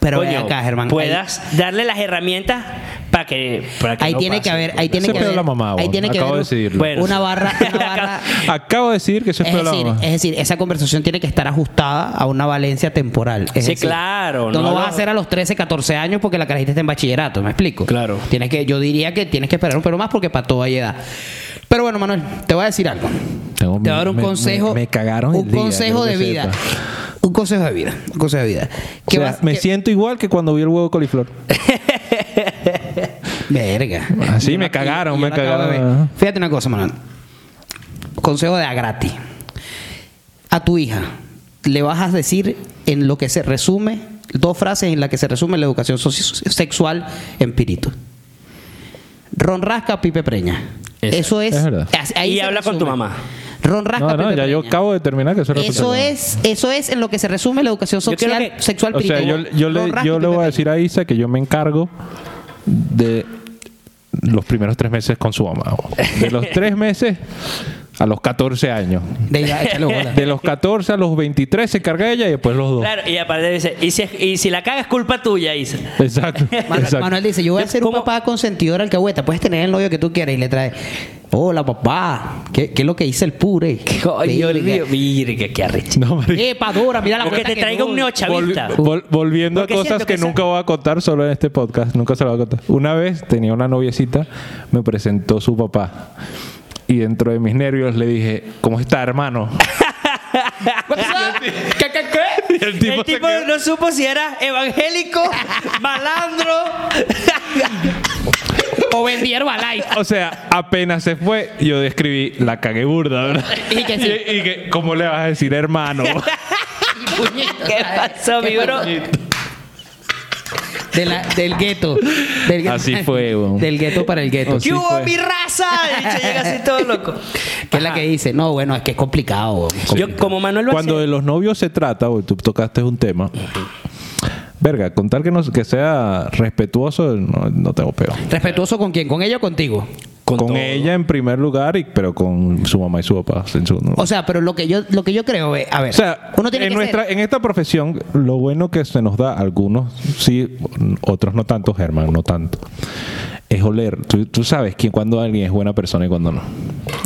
Pero coño, ven acá, Germán. puedas darle las herramientas para que, para que Ahí, ahí no tiene pase, que haber, ahí pues. tiene Ese que pedo haber, la mamá, ahí weón. tiene que Acabo haber de decidirlo. Bueno. una barra, una barra. Acabo de decir que eso es Es problema. decir, es decir, esa conversación tiene que estar ajustada a una valencia temporal. Es Sí, decir, claro, No, no lo vas lo- a hacer a los 13, 14 años porque la carajita está en bachillerato, ¿me explico? Claro. Tienes que, yo diría que tienes que esperar un pelo más porque para toda hay edad. Pero bueno, Manuel, te voy a decir algo. Tengo- te voy a dar un me- me- consejo. me cagaron el Un día, consejo de quiero que vida. sepa. Un consejo de vida. Un consejo de vida. O Que sea, vas- me que- siento igual que cuando vi el huevo de coliflor. Verga. Así Yo Ah, me la- cagaron, yo me la acabo de cagaron. ver. Fíjate una cosa, Manuel. Consejo de a gratis. A tu hija le vas a decir en lo que se resume, dos frases en las que se resume la educación socio- sexual en Pirito. Ron rasca, Pipe Preña. Exacto. Eso es. Es verdad. as- ahí Y se habla con tu resume. mamá. Ron rasca, No, no, Pipe ya yo Preña. acabo de terminar que eso era Eso responsabilidad. es, eso es en lo que se resume la educación Yo creo social, que- sexual O sea, yo, pirito. yo Ron le, rasca, yo Pipe le voy a Preña. decir a Isa que yo me encargo de los primeros tres meses con su mamá. De los tres meses a los 14 años. De ella, échale bola. De los 14 a los 23 se encarga ella y después los dos. Claro, y aparte dice, y si, y si la caga es culpa tuya, Isa. Exacto. Manuel, exacto. Manuel dice, yo voy a ser un ¿Cómo? papá consentidor alcahueta. Puedes tener el novio que tú quieras y le traes. Hola, papá. ¿Qué, qué es lo que hice el pure? Coño, Dios mío, mira qué arrecho. No, marico. Epa, dura, mira la Porque vuelta te traiga doy. un neochavista. Vol- vol- volviendo Porque a cosas siento que, que esa- nunca voy a contar solo en este podcast, nunca se lo voy a contar. Una vez tenía una noviecita, me presentó su papá y dentro de mis nervios le dije, ¿cómo está hermano? ¿Qué, qué, qué? Y el El tipo, tipo, se quedó- no supo si era evangélico, malandro. O vendieron balay. O sea, apenas se fue, yo describí la cagué burda, ¿verdad? Y que sí. Y- y que, ¿cómo le vas a decir hermano? ¿Qué pasó, mi bro? De la- del gueto. Del gueto. Así fue, weón. Oh, Del gueto para el gueto. Así ¿Qué hubo, fue. mi raza? Y se llega así todo loco. Que es la que dice, no, bueno, es que es complicado. weón. Yo, como Manuel va a Cuando ser- de los novios se trata, o tú tocaste un tema. Verga, contar que, no, que sea respetuoso, no, no tengo peor. ¿Respetuoso con quién? ¿Con ella o contigo? Con, ella en primer lugar, y, pero con su mamá y su papá. en su- O sea, pero lo que yo, lo que yo creo es, a ver, O sea, uno tiene en, que nuestra, ser- en esta profesión, lo bueno que se nos da, algunos sí, otros no tanto, Germán, no tanto, es oler. Tú, tú sabes quién cuando alguien es buena persona y cuando no.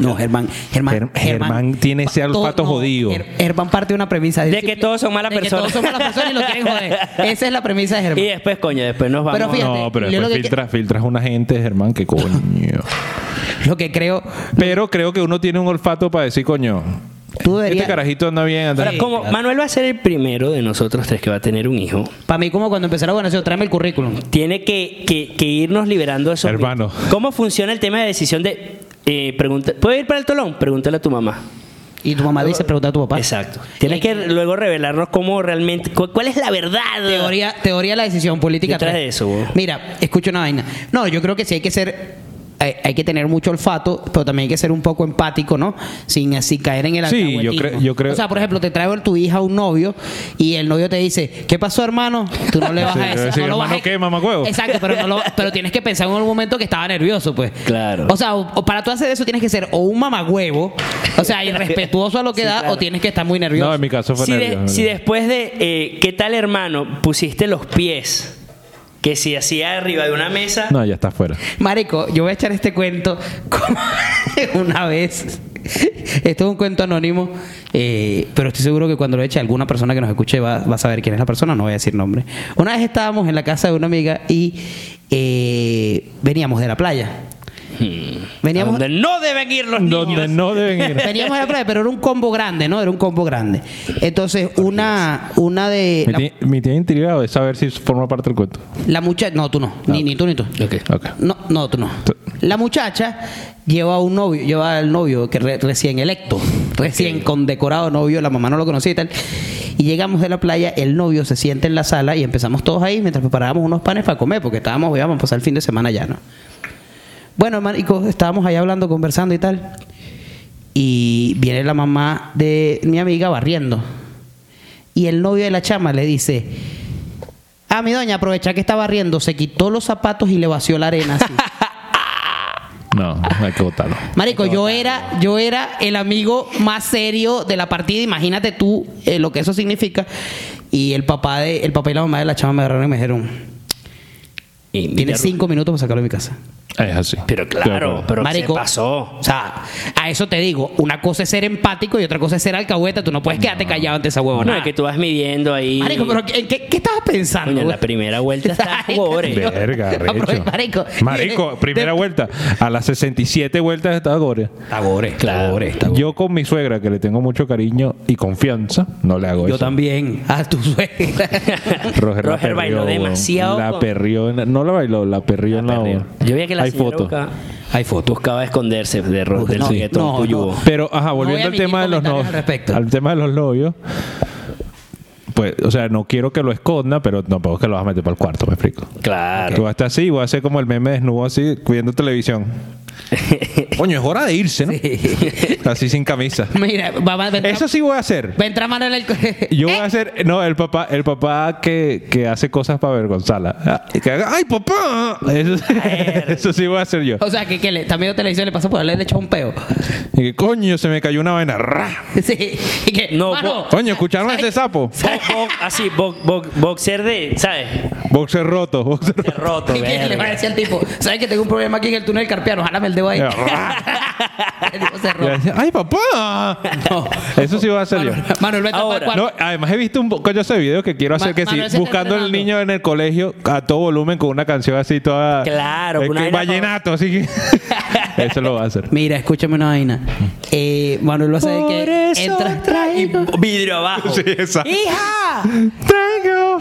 No, Germán, Germán, Germ- Germán tiene ese todo- olfato jodido. Ger- Germán parte de una premisa De que todos son malas de que todos personas. son malas personas y lo quieren joder. Esa es la premisa de Germán. Y después, coño, después nos vamos. Pero fíjate, no, pero yo después lo que- filtras, filtras una gente, Germán, que coño. Lo que creo, pero creo que uno tiene un olfato para decir, coño, tú deberías este carajito anda bien. Anda Ahora, bien. como Manuel va a ser el primero de nosotros tres que va a tener un hijo, Para mí como cuando empezaron, bueno, eso, tráeme el currículum. tiene que, que- que irnos liberando de esos. Hermano. mitos. ¿Cómo funciona el tema de decisión de. eh, pregunta, ¿Puedo ir para el tolón? Pregúntale a tu mamá. Y tu mamá dice, pregunta a tu papá. Exacto. Tienes que luego revelarnos cómo realmente. cu- ¿Cuál es la verdad? Teoría, teoría de la decisión política. Detrás tres. de eso, vos. Mira, escucha una vaina. No, yo creo que sí hay que ser, hay, hay que tener mucho olfato, pero también hay que ser un poco empático, ¿no? Sin así caer en el Sí, alcahuetismo. yo creo- yo creo- O sea, por ejemplo, te traigo tu hija a un novio y el novio te dice, ¿qué pasó, hermano? Tú no le vas Sí, a yo decir. decía, no lo vas a- "¿Hermano qué, mamacuevo?" Exacto, pero, no lo- pero tienes que pensar en un momento que estaba nervioso, pues. Claro. O sea, o- o para tú hacer eso tienes que ser o un mamagüevo, o sea, irrespetuoso a lo que da, o tienes que estar muy nervioso. No, en mi caso fue Si, de- nervioso. si después de eh, ¿Qué tal, hermano? pusiste los pies, que si hacía arriba de una mesa. No, ya está fuera. Marico, yo voy a echar este cuento como una vez. Esto es un cuento anónimo, eh, pero estoy seguro que cuando lo eche alguna persona que nos escuche va, va a saber quién es la persona, no voy a decir nombre. Una vez estábamos en la casa de una amiga y eh, veníamos de la playa. Veníamos, Donde no deben ir los niños. Donde no deben ir. veníamos de la playa, pero era un combo grande, ¿no? Era un combo grande. Entonces, una, una de... Mi La, tía- Mi tía intrigado es saber si forma parte del cuento. la muchacha... No, tú no. Ni, ni tú ni tú. Ah, Ok. No, no, tú no. La muchacha lleva un novio, lleva al novio que re- recién electo, recién condecorado novio, la mamá no lo conocía y tal. Y llegamos de la playa, el novio se sienta en la sala y empezamos todos ahí mientras preparábamos unos panes para comer, porque estábamos, íbamos a pasar el fin de semana ya, ¿no? Bueno, marico, estábamos ahí hablando, conversando y tal. Y viene la mamá de mi amiga barriendo. Y el novio de la chama le dice: A Ah, mi doña, aprovecha que está barriendo, se quitó los zapatos y le vació la arena así. No, hay que botarlo. Marico, yo era, yo era el amigo más serio de la partida. Imagínate tú eh, lo que eso significa. Y el papá de, el papá y la mamá de la chama me agarraron y me dijeron, Y tienes mira, cinco minutos para sacarlo de mi casa. Es así. Pero claro, pero ¿qué Marico, pasó? O sea, a eso te digo, una cosa es ser empático y otra cosa es ser alcahueta. Tú no puedes quedarte callado ante esa No, huevona. es que tú vas midiendo ahí. Marico, pero ¿en qué, qué estabas pensando? Coño, en la güey? primera vuelta estás Ay, pobre. Dios. Verga, Aprove- recho. Marico. Marico, De- primera de- vuelta. A las 67 vueltas estaba Gore. Tagore, Claro. Tagore, Tagore. Yo con mi suegra, que le tengo mucho cariño y confianza, no le hago Yo eso. también. A tu suegra. Roger, la Roger perrió, bailó weón. demasiado La con- perrió. en la- no la bailó, la perrió en la Perdido. hora. Yo vi que la Hay señora fotos. buscaba- Hay fotos. buscaba esconderse de ro- del No, reggaetón no, tuyubo. no. Pero, ajá, No voy volviendo a al emitir tema de los comentarios novios. al respecto. Al tema de los novios. Pues, o sea, no quiero que lo esconda, pero tampoco es que lo vas a meter para el cuarto, me explico. Claro. Tú vas a estar así, voy a hacer como el meme desnudo así, viendo televisión. Coño, es hora de irse, ¿no? Así sin camisa. Mira, va, va, va, Eso sí voy a hacer. va a entrar Manuel el Yo ¿Eh? voy a hacer, no, el papá, el papá que, que hace cosas para avergonzarla. Ah, que haga, ¡Ay, papá! Eso, eso sí voy a hacer yo. O sea, que, que le, también televisión le pasa por haberle echado un peo. Y que, coño, se me cayó una vaina. Ra. Sí. Y que, No, mano, Coño, ¿escucharon a ese sapo? Bo- bo- así, bo- bo- boxer de, ¿sabes? Boxer roto, boxer De roto. roto, y que le va a verga. decir al tipo, ¿sabes que tengo un problema aquí en el túnel carpiano? Jálame el dedo ahí. Ra. El tipo se Y roba. decía, ¡Ay, papá! No. Eso sí voy a hacer yo. Manuel, Manuel, vete Ahora, para el cuarto. No, además he visto un bo- coño ese video que quiero hacer Ma- que sí, Manuel se está buscando al entrenando. niño en el colegio a todo volumen con una canción así toda Claro, eh, con una que- vaina vallenato, así que eso lo va a hacer. Mira, escúchame una vaina. Eh, Manuel va a hacer Por que eso entra. traigo- Vidrio abajo. Sí, exacto. ¡Hija! Traigo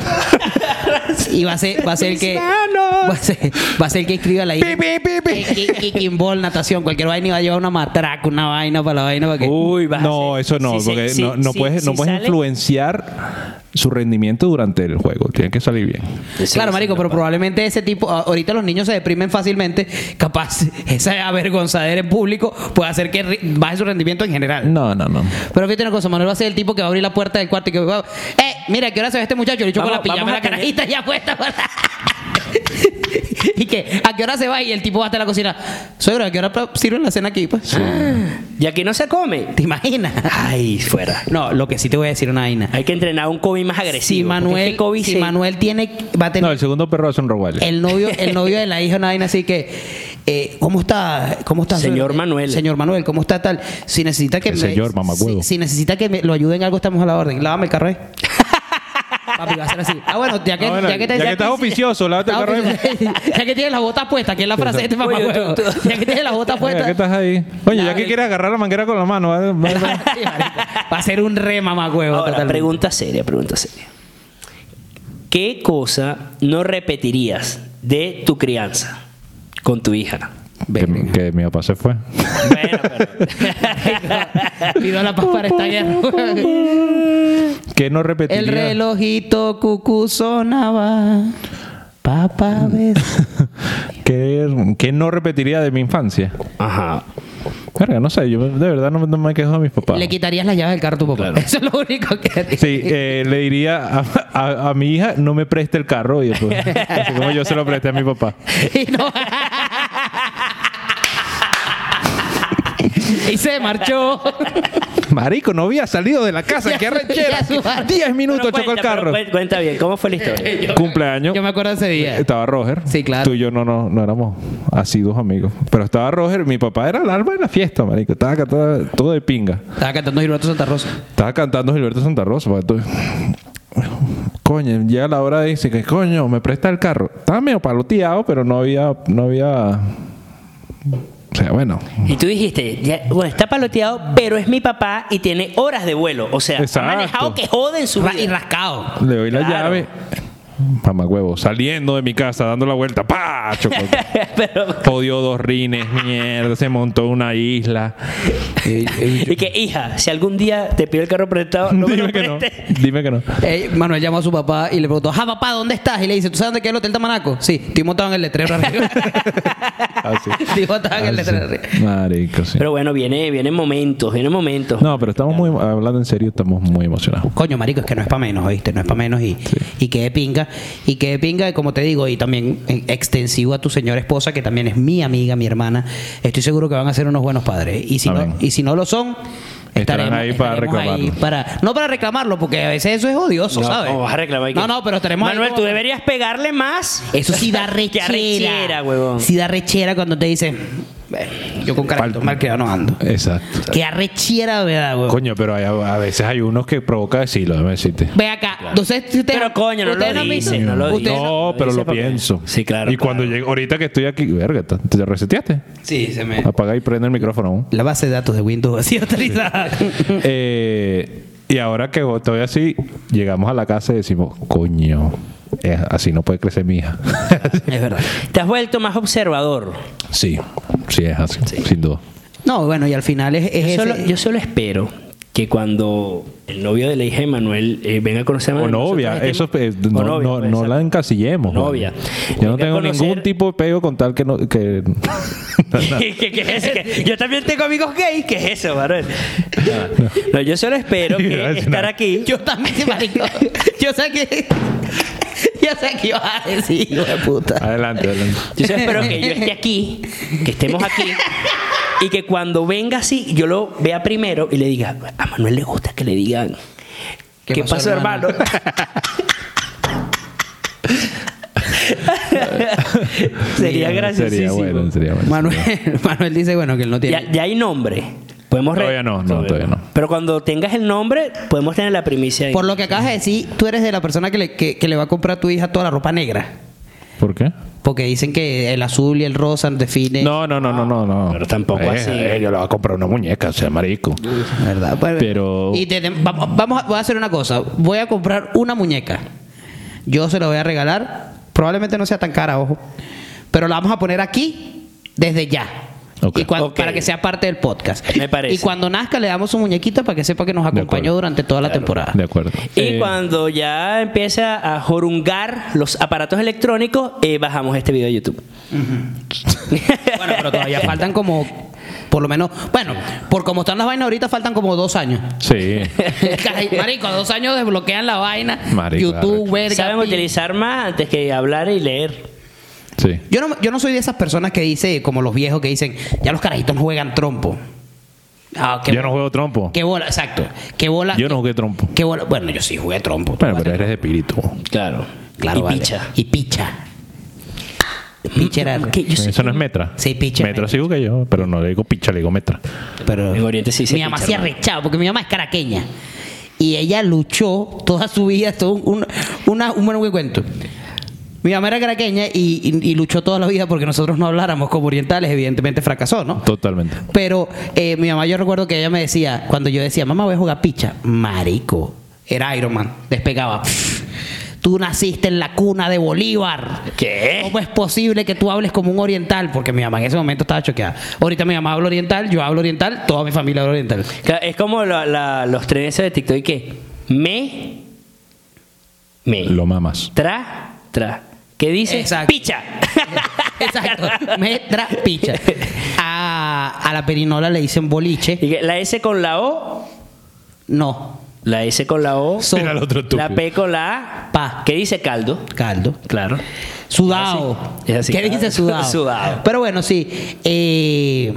Y va a ser, va a ser el que. mis Va a manos. ser, va a ser el que escriba la Pi, pi, pi, pi. Eh, ki- ki- Kimball, natación, cualquier vaina y va a llevar una matraca, una vaina para la vaina para que. Uy, vas a No, hacer- eso no, si se- porque si- no, no si- puedes, no si puedes sale- influenciar su rendimiento durante el juego. Tiene que salir bien. Sí, claro, sí, marico, no pero pasa. probablemente ese tipo, a- ahorita los niños se deprimen fácilmente, capaz esa avergonzadera en público puede hacer que ri- baje su rendimiento en general. No, no, no. Pero fíjate una cosa, Manuel va a ser el tipo que va a abrir la puerta del cuarto y que va, eh, mira, ¿qué hora se ve este muchacho? Le echo con Vamos- la pijama, vamos a la tener- carajita ya puesta. para- y que, ¿a qué hora se va? Y el tipo va hasta la cocina, suegro, ¿a qué hora sirven la cena aquí? Pues? Y aquí no se come. ¿Te imaginas? Ay, fuera. No, lo que sí te voy a decir una vaina. Hay que entrenar a un Kobe más agresivo. si porque Manuel, este Kobe si se- Manuel tiene, va a tener No, el segundo perro es un Rottweiler. el novio, el novio de la hija, una vaina así que, eh, ¿cómo está? ¿Cómo está? Señor suegro? Manuel. Señor Manuel, ¿cómo está tal? Si necesita que El señor mamacuevo. si, si necesita que me- lo ayuden algo, estamos a la orden. Lávame el carro ahí. Papi, va a ser así. Ah, bueno, ya que, Ah, bueno, ya que, te- ya que estás sí- oficioso, lávate el carro eh. ahí. oficioso. ya que tienes las botas puestas, que es la frase de este Oye, mamacuevo. tú- tú- Ya que tienes las botas Oye, puestas. ¿qué estás ahí? Oye, ya Ah, pues, Dale. que quieres agarrar la manguera con la mano. va- va- va- Sí, marico. Va a ser un re mamacuevo. Ahora, totalmente. pregunta seria, pregunta seria. ¿Qué cosa no repetirías de tu crianza con tu hija? Que, que mi papá se fue. Bueno, pero- Pido la paz para esta guerra. Que no repetiría. El relojito cucú sonaba. Papá, ves. ¿Qué, qué no repetiría de mi infancia? Ajá. Verga, no sé, yo de verdad no, no me quejo a mis papás. Le quitarías las llaves del carro a tu papá. Claro. Eso es lo único que haría. Sí, eh, le diría a, a- a mi hija, no me preste el carro. Y después, así como yo se lo presté a mi papá. Y no. Y se marchó. Marico, no había salido de la casa, qué arrechera. Ya su madre. 10 minutos Pero chocó el cuenta, carro. pero cuen- Cuenta bien, ¿cómo fue la historia? Cumpleaños. Yo me acuerdo de ese día. Estaba Roger. Sí, claro. Tú y yo no, no, no éramos asiduos amigos. Pero estaba Roger. Mi papá era el alma de la fiesta, marico. Estaba cantando todo de pinga. Estaba cantando Gilberto Santa Rosa. Estaba cantando Gilberto Santa Rosa. porque tú- Coño, llega la hora y dice que, coño, me presta el carro. Estaba medio paloteado, pero no había, no había... O sea, bueno. Y tú dijiste, ya, bueno, está paloteado, pero es mi papá y tiene horas de vuelo. O sea, Exacto. ha manejado que jode en su Ra- vida. Y rascado. Le doy la Claro. llave. Mamá huevo, saliendo de mi casa, dando la vuelta. ¡Pah! Chocó. Pero- Podió dos rines, mierda. Se montó una isla. y que, hija, si algún día te pido el carro prestado, no me lo Dime que no. prestes. Dime que no. Eh, Manuel llamó a su papá y le preguntó, ah, papá, ¿dónde estás? Y le dice, ¿tú sabes dónde queda el Hotel Tamanaco? Sí, estoy montado en el letrero arriba. Así. Dijo, estaba en el Así. letrero arriba. Ah, Marico, sí. Pero bueno, viene, vienen momentos, vienen momentos. No, pero estamos muy, hablando en serio, estamos muy emocionados. Coño, marico, es que no es para menos, ¿oíste? No es para menos y, y que de pinga. Y que de pinga, y como te digo, y también eh, extensivo a tu señora esposa, que también es mi amiga, mi hermana. Estoy seguro que van a ser unos buenos padres. Y si, Amén. no, y si no lo son, Estarán estaremos, ahí para estaremos reclamarlo. ahí para- no para reclamarlo, porque a veces eso es odioso, No, ¿sabes? ¿cómo vas a reclamar que- No, no, pero estaremos ahí Manuel, como- tú deberías pegarle más. Eso sí da Qué rechera. arrechera, huevón. Sí da rechera cuando te dicen, "Bueno, yo con carácter mal quedado no ando. Exacto. Que arrechera, ¿verdad, huevón? Coño, pero hay- a veces hay unos que provoca decirlo, déjame decirte. Ve acá. Entonces, ustedes- Pero coño, no lo ustedes han dicen, visto- no lo ustedes dicen. No, lo pero dice lo porque- pienso. Sí, claro, Y cuando claro. llego, ahorita que estoy aquí, verga, ¿te- ¿te reseteaste? Sí, se me... Apaga y prende el micrófono. aún. La base de datos de Windows así actualizada. Eh, y ahora que estoy así, llegamos a la casa y decimos, coño, eh, así no puede crecer mi hija. es verdad. Te has vuelto más observador. sí, sí es así, sin duda. No, bueno, y al final es, es Yo solo, ese- yo solo espero que cuando el novio de la hija de Manuel eh, venga a conocer a O Manuel. novia, nosotros eso estemos- eh, no, o novia, pues, no- puede no ser. la encasillemos. güey. Novia. Yo no Venga a tengo conocer- ningún tipo de pego con tal que no... Que... ¿Qué- qué es eso? Que yo también tengo amigos gays. ¿Qué es eso, Manuel? No, yo solo espero Iba a que decir estar nada. aquí. Yo también, marico. yo sé que... yo sé que ibas a decir, hijo de puta. adelante, adelante. Yo solo espero que yo esté aquí, que estemos aquí, y que cuando venga así, yo lo vea primero y le diga, a Manuel le gusta que le digan, ¿qué, pasó, hermano? Sería Sería graciosísimo. bueno, sería bueno. Manuel, Manuel dice, bueno, que él no tiene... Ya, ya hay nombre. Podemos re- Todavía no, no, todavía no. Pero cuando tengas el nombre, podemos tener la primicia ahí. Por lo que acabas de decir, tú eres de la persona que le, que, que le va a comprar a tu hija toda la ropa negra. ¿Por qué? Porque dicen que el azul y el rosa definen... No, no, no, no, no, no. Eh, Pero tampoco así. yo le voy a comprar una muñeca, o sea, marico. ¿Verdad? Pues- Pero- Y te- te- vamos, vamos a, voy a hacer una cosa. Voy a comprar una muñeca. Yo se la voy a regalar. Probablemente no sea tan cara, ojo. Pero la vamos a poner aquí desde ya. Ok. Y cuan- Ok. Para que sea parte del podcast. Me parece. Y cuando nazca le damos su muñequita para que sepa que nos acompañó acuerdo. durante toda la temporada. De acuerdo. Y Eh, cuando ya empieza a jorungar los aparatos electrónicos, eh, bajamos este video de YouTube. Bueno, pero todavía faltan como, por lo menos, bueno, por como están las vainas ahorita faltan como dos años. Sí. Ay, Marico, dos años desbloquean la vaina. Marico, YouTube, arrecho. verga. Saben pi- utilizar más antes que hablar y leer. Sí. Yo no, yo no soy de esas personas que dice, como los viejos que dicen, ya los carajitos no juegan trompo. Ah, qué Yo no bo- juego trompo. Qué bola, exacto. Qué bola. Yo no jugué trompo. Qué bola. Bueno, yo sí jugué trompo. Bueno, pero eres de espíritu. Claro. Claro, y vale. picha. Y picha. Picha era. Mm, Que yo sé- Eso no es metra. Sí, picha. Metra sí jugué yo, pero no le digo picha, le digo metra. Pero En Oriente sí se mi mamá picha, se hermano. arrechaba, porque mi mamá es caraqueña. Y ella luchó toda su vida, todo un, una, un buen cuento. Mi mamá era caraqueña y, y- y luchó toda la vida porque nosotros no habláramos como orientales, evidentemente fracasó, ¿no? Totalmente. Pero eh, mi mamá, yo recuerdo que ella me decía, cuando yo decía, mamá, voy a jugar picha, marico, era Iron Man, despegaba. Pff, Tú naciste en la cuna de Bolívar. ¿Qué? ¿Cómo es posible que tú hables como un oriental? Porque mi mamá en ese momento estaba choqueada. Ahorita mi mamá habla oriental, yo hablo oriental, toda mi familia habla oriental. Claro, Es como la- la- los trenes de TikTok que me. Me. Lo mamas. Tra. Tra. ¿Qué dice? Exacto. Picha. Exacto, me tra picha. A, a la perinola le dicen boliche. Y que La S con la O. No, La S con la O. So- Era el otro estúpido. La P con la A. Pa. ¿Qué dice caldo? caldo. Claro. Sudado. Es así. ¿Qué Es así. dice sudado? Sudado. Pero bueno, sí. eh,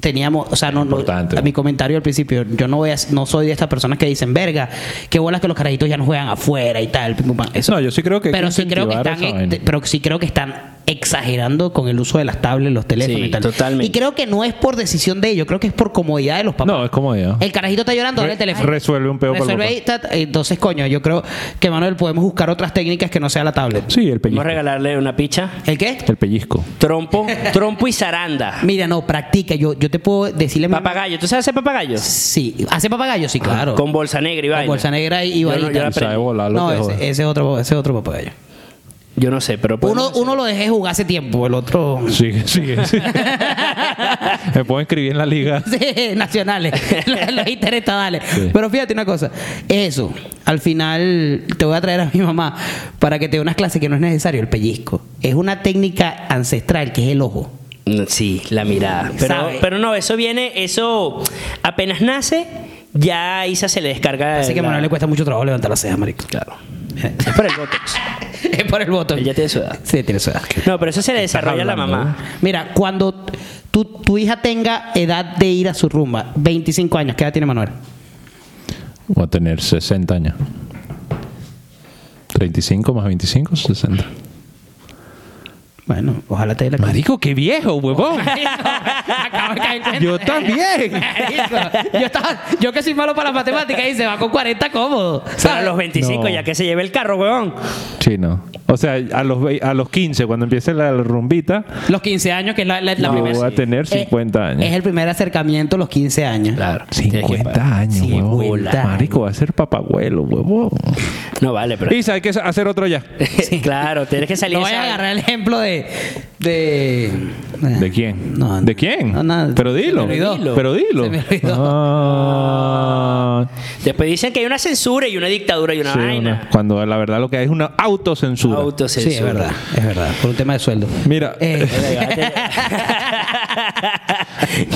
teníamos, o sea, no, no- Importante. a mi comentario al principio, yo no voy a, no soy de estas personas que dicen, verga, qué bolas que los carajitos ya no juegan afuera y tal. pim, pum, pam". Eso. No, yo sí creo que hay pero que sí creo que incentivar están, esa ex- vaina. pero sí creo que están exagerando con el uso de las tablets, los teléfonos Sí, y tal. totalmente. Y creo que no es por decisión de ellos, creo que es por comodidad de los papás. No, es como yo. El carajito está llorando, dale el Re- teléfono. resuelve un peo para el Resuelve papá. ahí, ta, ta. Entonces, coño, yo creo que Manuel podemos buscar otras técnicas que no sea la tablet. Sí, el Vamos a pellizco. regalarle una picha. ¿El qué? El pellizco. Trompo. Trompo y zaranda. Mira, no, practica. Yo, yo te puedo decirle. a mi mamá- Papagayo. ¿Tú sabes hacer papagayo? Sí. ¿Hace papagayo? Sí, claro. Con bolsa negra y Con vaina. bolsa negra y Yo no- yo varita. la Y sabe volar lo No, que ese, jode. ese es otro, ese es otro papagayo. Yo no sé, pero pues, podemos Uno, uno lo dejé jugar hace tiempo, el otro. Sigue, sigue, sigue. Me puedo inscribir en la liga. Sí, nacionales, los, los interestatales. Pero fíjate una cosa, eso, al final te voy a traer a mi mamá para que te dé unas clases que no es necesario, el pellizco. Es una técnica ancestral que es el ojo. mm, Sí, la mirada. Pero, ¿Sabe? pero no, eso viene, eso apenas nace, ya a Isa se le descarga. Así que a la- Manuel le cuesta mucho trabajo levantar las cejas, marico. Claro. Es por el botox. Es por el voto. Él ya tiene su edad. Sí, tiene su edad. No, pero eso se le desarrolla a la hablando? mamá. Mira, cuando tu, tu hija tenga edad de ir a su rumba, 25 años, ¿qué edad tiene Manuel? Voy a tener 60 años. 35 más 25, 60. Bueno, ojalá te dé la Marico, qué viejo, huevón. Acabo de caer en cuenta. Yo también. yo, estaba- yo que soy malo para la matemática y se va con 40 cómodo. Pero a los 25 No. ya que se lleve el carro, huevón. Sí, no. O sea, a los, vei- a los 15, cuando empiece la rumbita, Los 15 años, que es la, la, la yo primera. voy a tener Eh, 50 años. Es el primer acercamiento a los 15 años. Claro. 50 años, huevón. 50 Marico, va a ser papagüelo, huevón. No vale, pero. Isa, hay que hacer otro ya. claro, tienes que salir No de voy a esa- agarrar el ejemplo de. ¿De, ¿De quién? No, no. ¿De quién? No, no. Pero dilo. Se me olvidó. Pero dilo. Se me olvidó. Ah, Después dicen que hay una censura y una dictadura y una sí, una- vaina. cuando la verdad lo que hay es una autocensura. Sí, Autocensura. es verdad, es verdad. Por un tema de sueldo. Mira. Eh,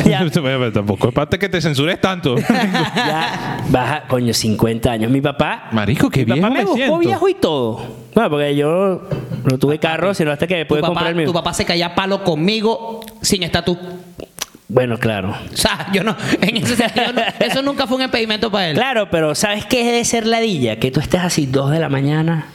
ya, Pero Tampoco es parte que te censures tanto. ya baja, coño, 50 años. Mi papá. Marico, qué mi bien. papá me buscó viejo y todo. Bueno, porque yo no tuve carro, sino hasta que me tu, pude comprar papá, el mío. tu papá se caía a palo conmigo sin estatus. Bueno, claro. O sea, yo no. En ese sentido, no- eso nunca fue un impedimento para él. Claro, pero ¿sabes qué es de ser ladilla? Que tú estés así 2 de la mañana.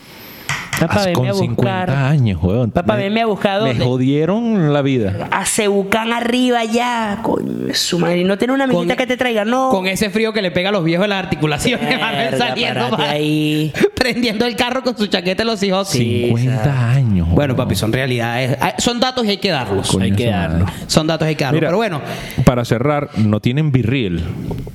Papá, Haz venme a con buscar. 50 años, weón. Papá, venme a buscar Me dónde. jodieron la vida. A Cebucán arriba ya, coño, es su madre. No tiene una amiguita que te traiga, no. Con ese frío que le pega a los viejos en las articulaciones, Verga, Manuel, saliendo párate para- ahí. prendiendo el carro con su chaqueta de los hijos. Sí. 50 años. Bueno, weón. papi, son realidades. Ah, Son datos y hay que darlos. Coño hay que su madre. darlo. Son datos y hay que darlos. Mira, Pero bueno, Para cerrar, no tienen virril.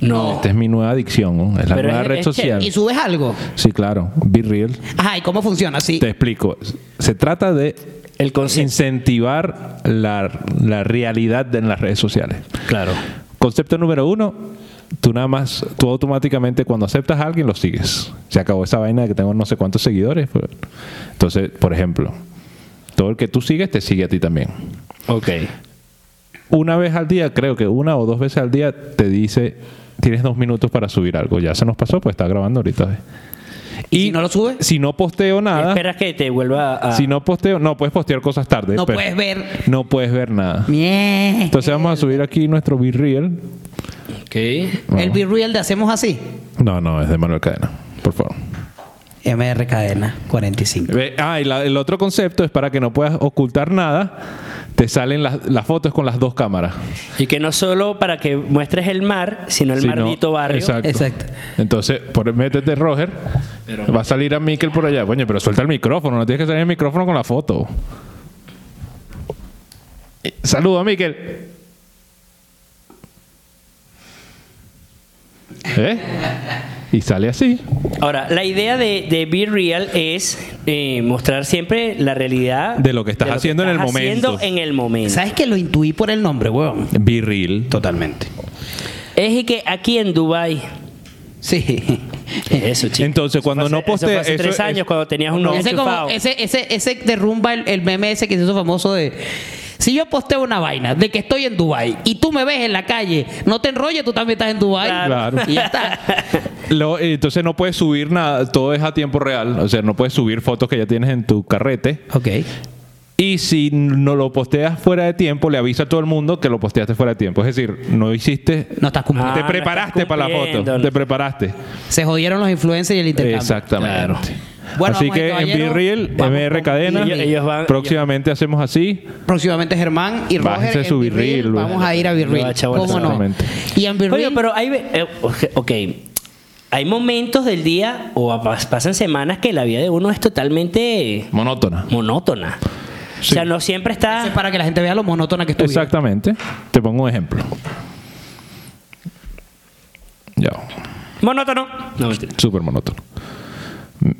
No. Esta es mi nueva adicción, ¿no? es la Pero nueva es- red es social. ¿y subes algo? Sí, claro, virril. Ajá, ¿y cómo funciona? Sí. Te explico. Se trata de El concepto. incentivar la, la realidad de- en las redes sociales. Claro. Concepto número uno, tú nada más, tú automáticamente cuando aceptas a alguien lo sigues. Se acabó esa vaina de que tengo no sé cuántos seguidores. pero- Entonces, por ejemplo, todo el que tú sigues te sigue a ti también. Ok. Una vez al día, creo que una o dos veces al día te dice, tienes dos minutos para subir algo. Ya se nos pasó, pues está grabando ahorita. ¿Y si no lo subes? Si no posteo nada, Esperas que te vuelva a. si no posteo, no puedes postear cosas tarde. pues. No espera. puedes ver. No puedes ver nada. Mie. Entonces vamos a subir aquí nuestro B-Reel. Ok. El Be Real de Hacemos Así. No, no, es de Manuel Cadena. Por favor. MR Cadena 45. Ve- Ah, y la- el otro concepto es para que no puedas ocultar nada, te salen las, las fotos con las dos cámaras. Y que no solo para que muestres el mar, sino el Si no- maldito barrio. Exacto. Exacto. Entonces, por, métete, Roger. va a salir a Mikel por allá. Coño, pero suelta el micrófono. No tienes que salir el micrófono con la foto. Eh, Saludo a Mikel. ¿Eh? Y sale así. Ahora, la idea de, de Be Real es eh, mostrar siempre la realidad De lo que estás haciendo en el momento. haciendo en el momento. ¿Sabes que lo intuí por el nombre, weón? Viril. Totalmente. Es y que aquí en Dubai Sí. Eh, Eso, chico. Entonces, Eso cuando fue hace- no postea- Eso fue hace eso tres es- años, cuando tenías un novio ese, como- enchufado. ese, ese, ese derrumba el, el meme ese que se hizo famoso de si yo posteo una vaina de que estoy en Dubai y tú me ves en la calle, no te enrolles, tú también estás en Dubai. Claro. Claro. Y ya está. Lo- eh, entonces no puedes subir nada, todo es a tiempo real, o sea, no puedes subir fotos que ya tienes en tu carrete. ok. Y si no lo posteas fuera de tiempo, le avisa a todo el mundo que lo posteaste fuera de tiempo. Es decir, no hiciste... No estás cumpliendo. Ah, te no preparaste estás para la cumpliendo, foto, no. te preparaste. Se jodieron los influencers y el intercambio. Exactamente. Bueno, así vamos, que en caballero, B-Reel, vamos MR con Cadena, Ellos- ellos van- próximamente hacemos así. Próximamente Germán y Roger Bájense en su Be Be Real. Real, güey. Vamos a ir a Lo va Virril. a chaval, ¿Cómo no? exactamente. Y en Virril. Oye, pero hay... ve- eh, ok, Hay momentos del día o a- pasan semanas que la vida de uno es totalmente Monótona. monótona. O sea, no siempre Eso es está... para que la gente vea lo monótona que estuvo. Exactamente. Te pongo un ejemplo. Ya. Monótono. No, mentira. Súper monótono.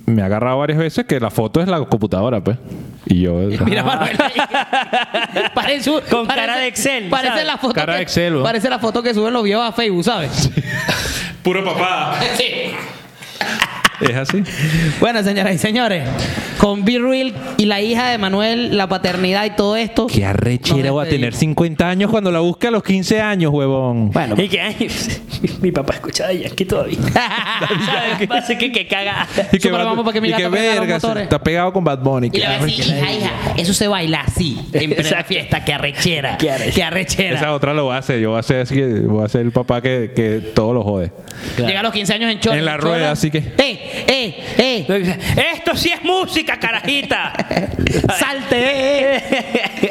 me ha agarrado varias veces que la foto es la computadora, pues. Y yo. Mira, Manuel. parece, un- Con cara de Excel, Parece ¿sabes? la foto. Cara que, de Excel, weón. Parece la foto que suben los videos a Facebook, ¿sabes? Puro papá. Sí. Es así. Bueno, señoras y señores, con Be Real y la hija de Manuel, la paternidad y todo esto. Qué arrechera nos voy a tener despedimos. 50 años cuando la busque a los 15 años, huevón. Bueno, Y que ay, mi papá escuchaba a aquí todavía. ¿Sabes qué pasa? Que, que caga. súper va- vamos para que mi y gato prenda los verga, se- motores. está pegado con Bad Bunny. y le va a decir, hija, hija, eso se baila así, en plena Exacto. fiesta, que arrechera, Qué arrechera. que arrechera. Esa otra lo hace, yo voy a hacer así que voy a ser el papá que, que todo lo jode. Llega a los 15 años en chola. En la chola. rueda, así que- ¡Eh, eh, eh! Esto sí es música, carajita. ¡Salte! eh,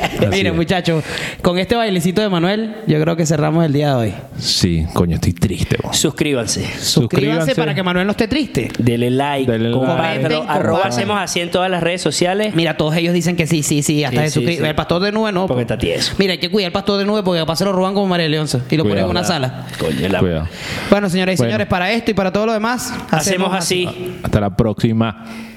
Así Miren, es. muchachos, con este bailecito de Manuel, yo creo que cerramos el día de hoy. Sí, coño, estoy triste, huevón. Suscríbanse. Suscríbanse, para que Manuel no esté triste. Denle like, Denle like. compártelo. Comenten, Arroba compartan. hacemos así en todas las redes sociales. Mira, todos ellos dicen que sí, sí, sí, hasta Sí, sí, Jesucristo. sí. El pastor de nube no. pues. Porque está tieso. Mira, hay que cuidar al pastor de nube porque capaz se lo roban como María Leonza y lo ponen Cuidado. en una sala. Coño, la- Cuidado. Bueno, señoras y Bueno. señores, para esto y para todo lo demás, Hacemos así. Hasta la próxima.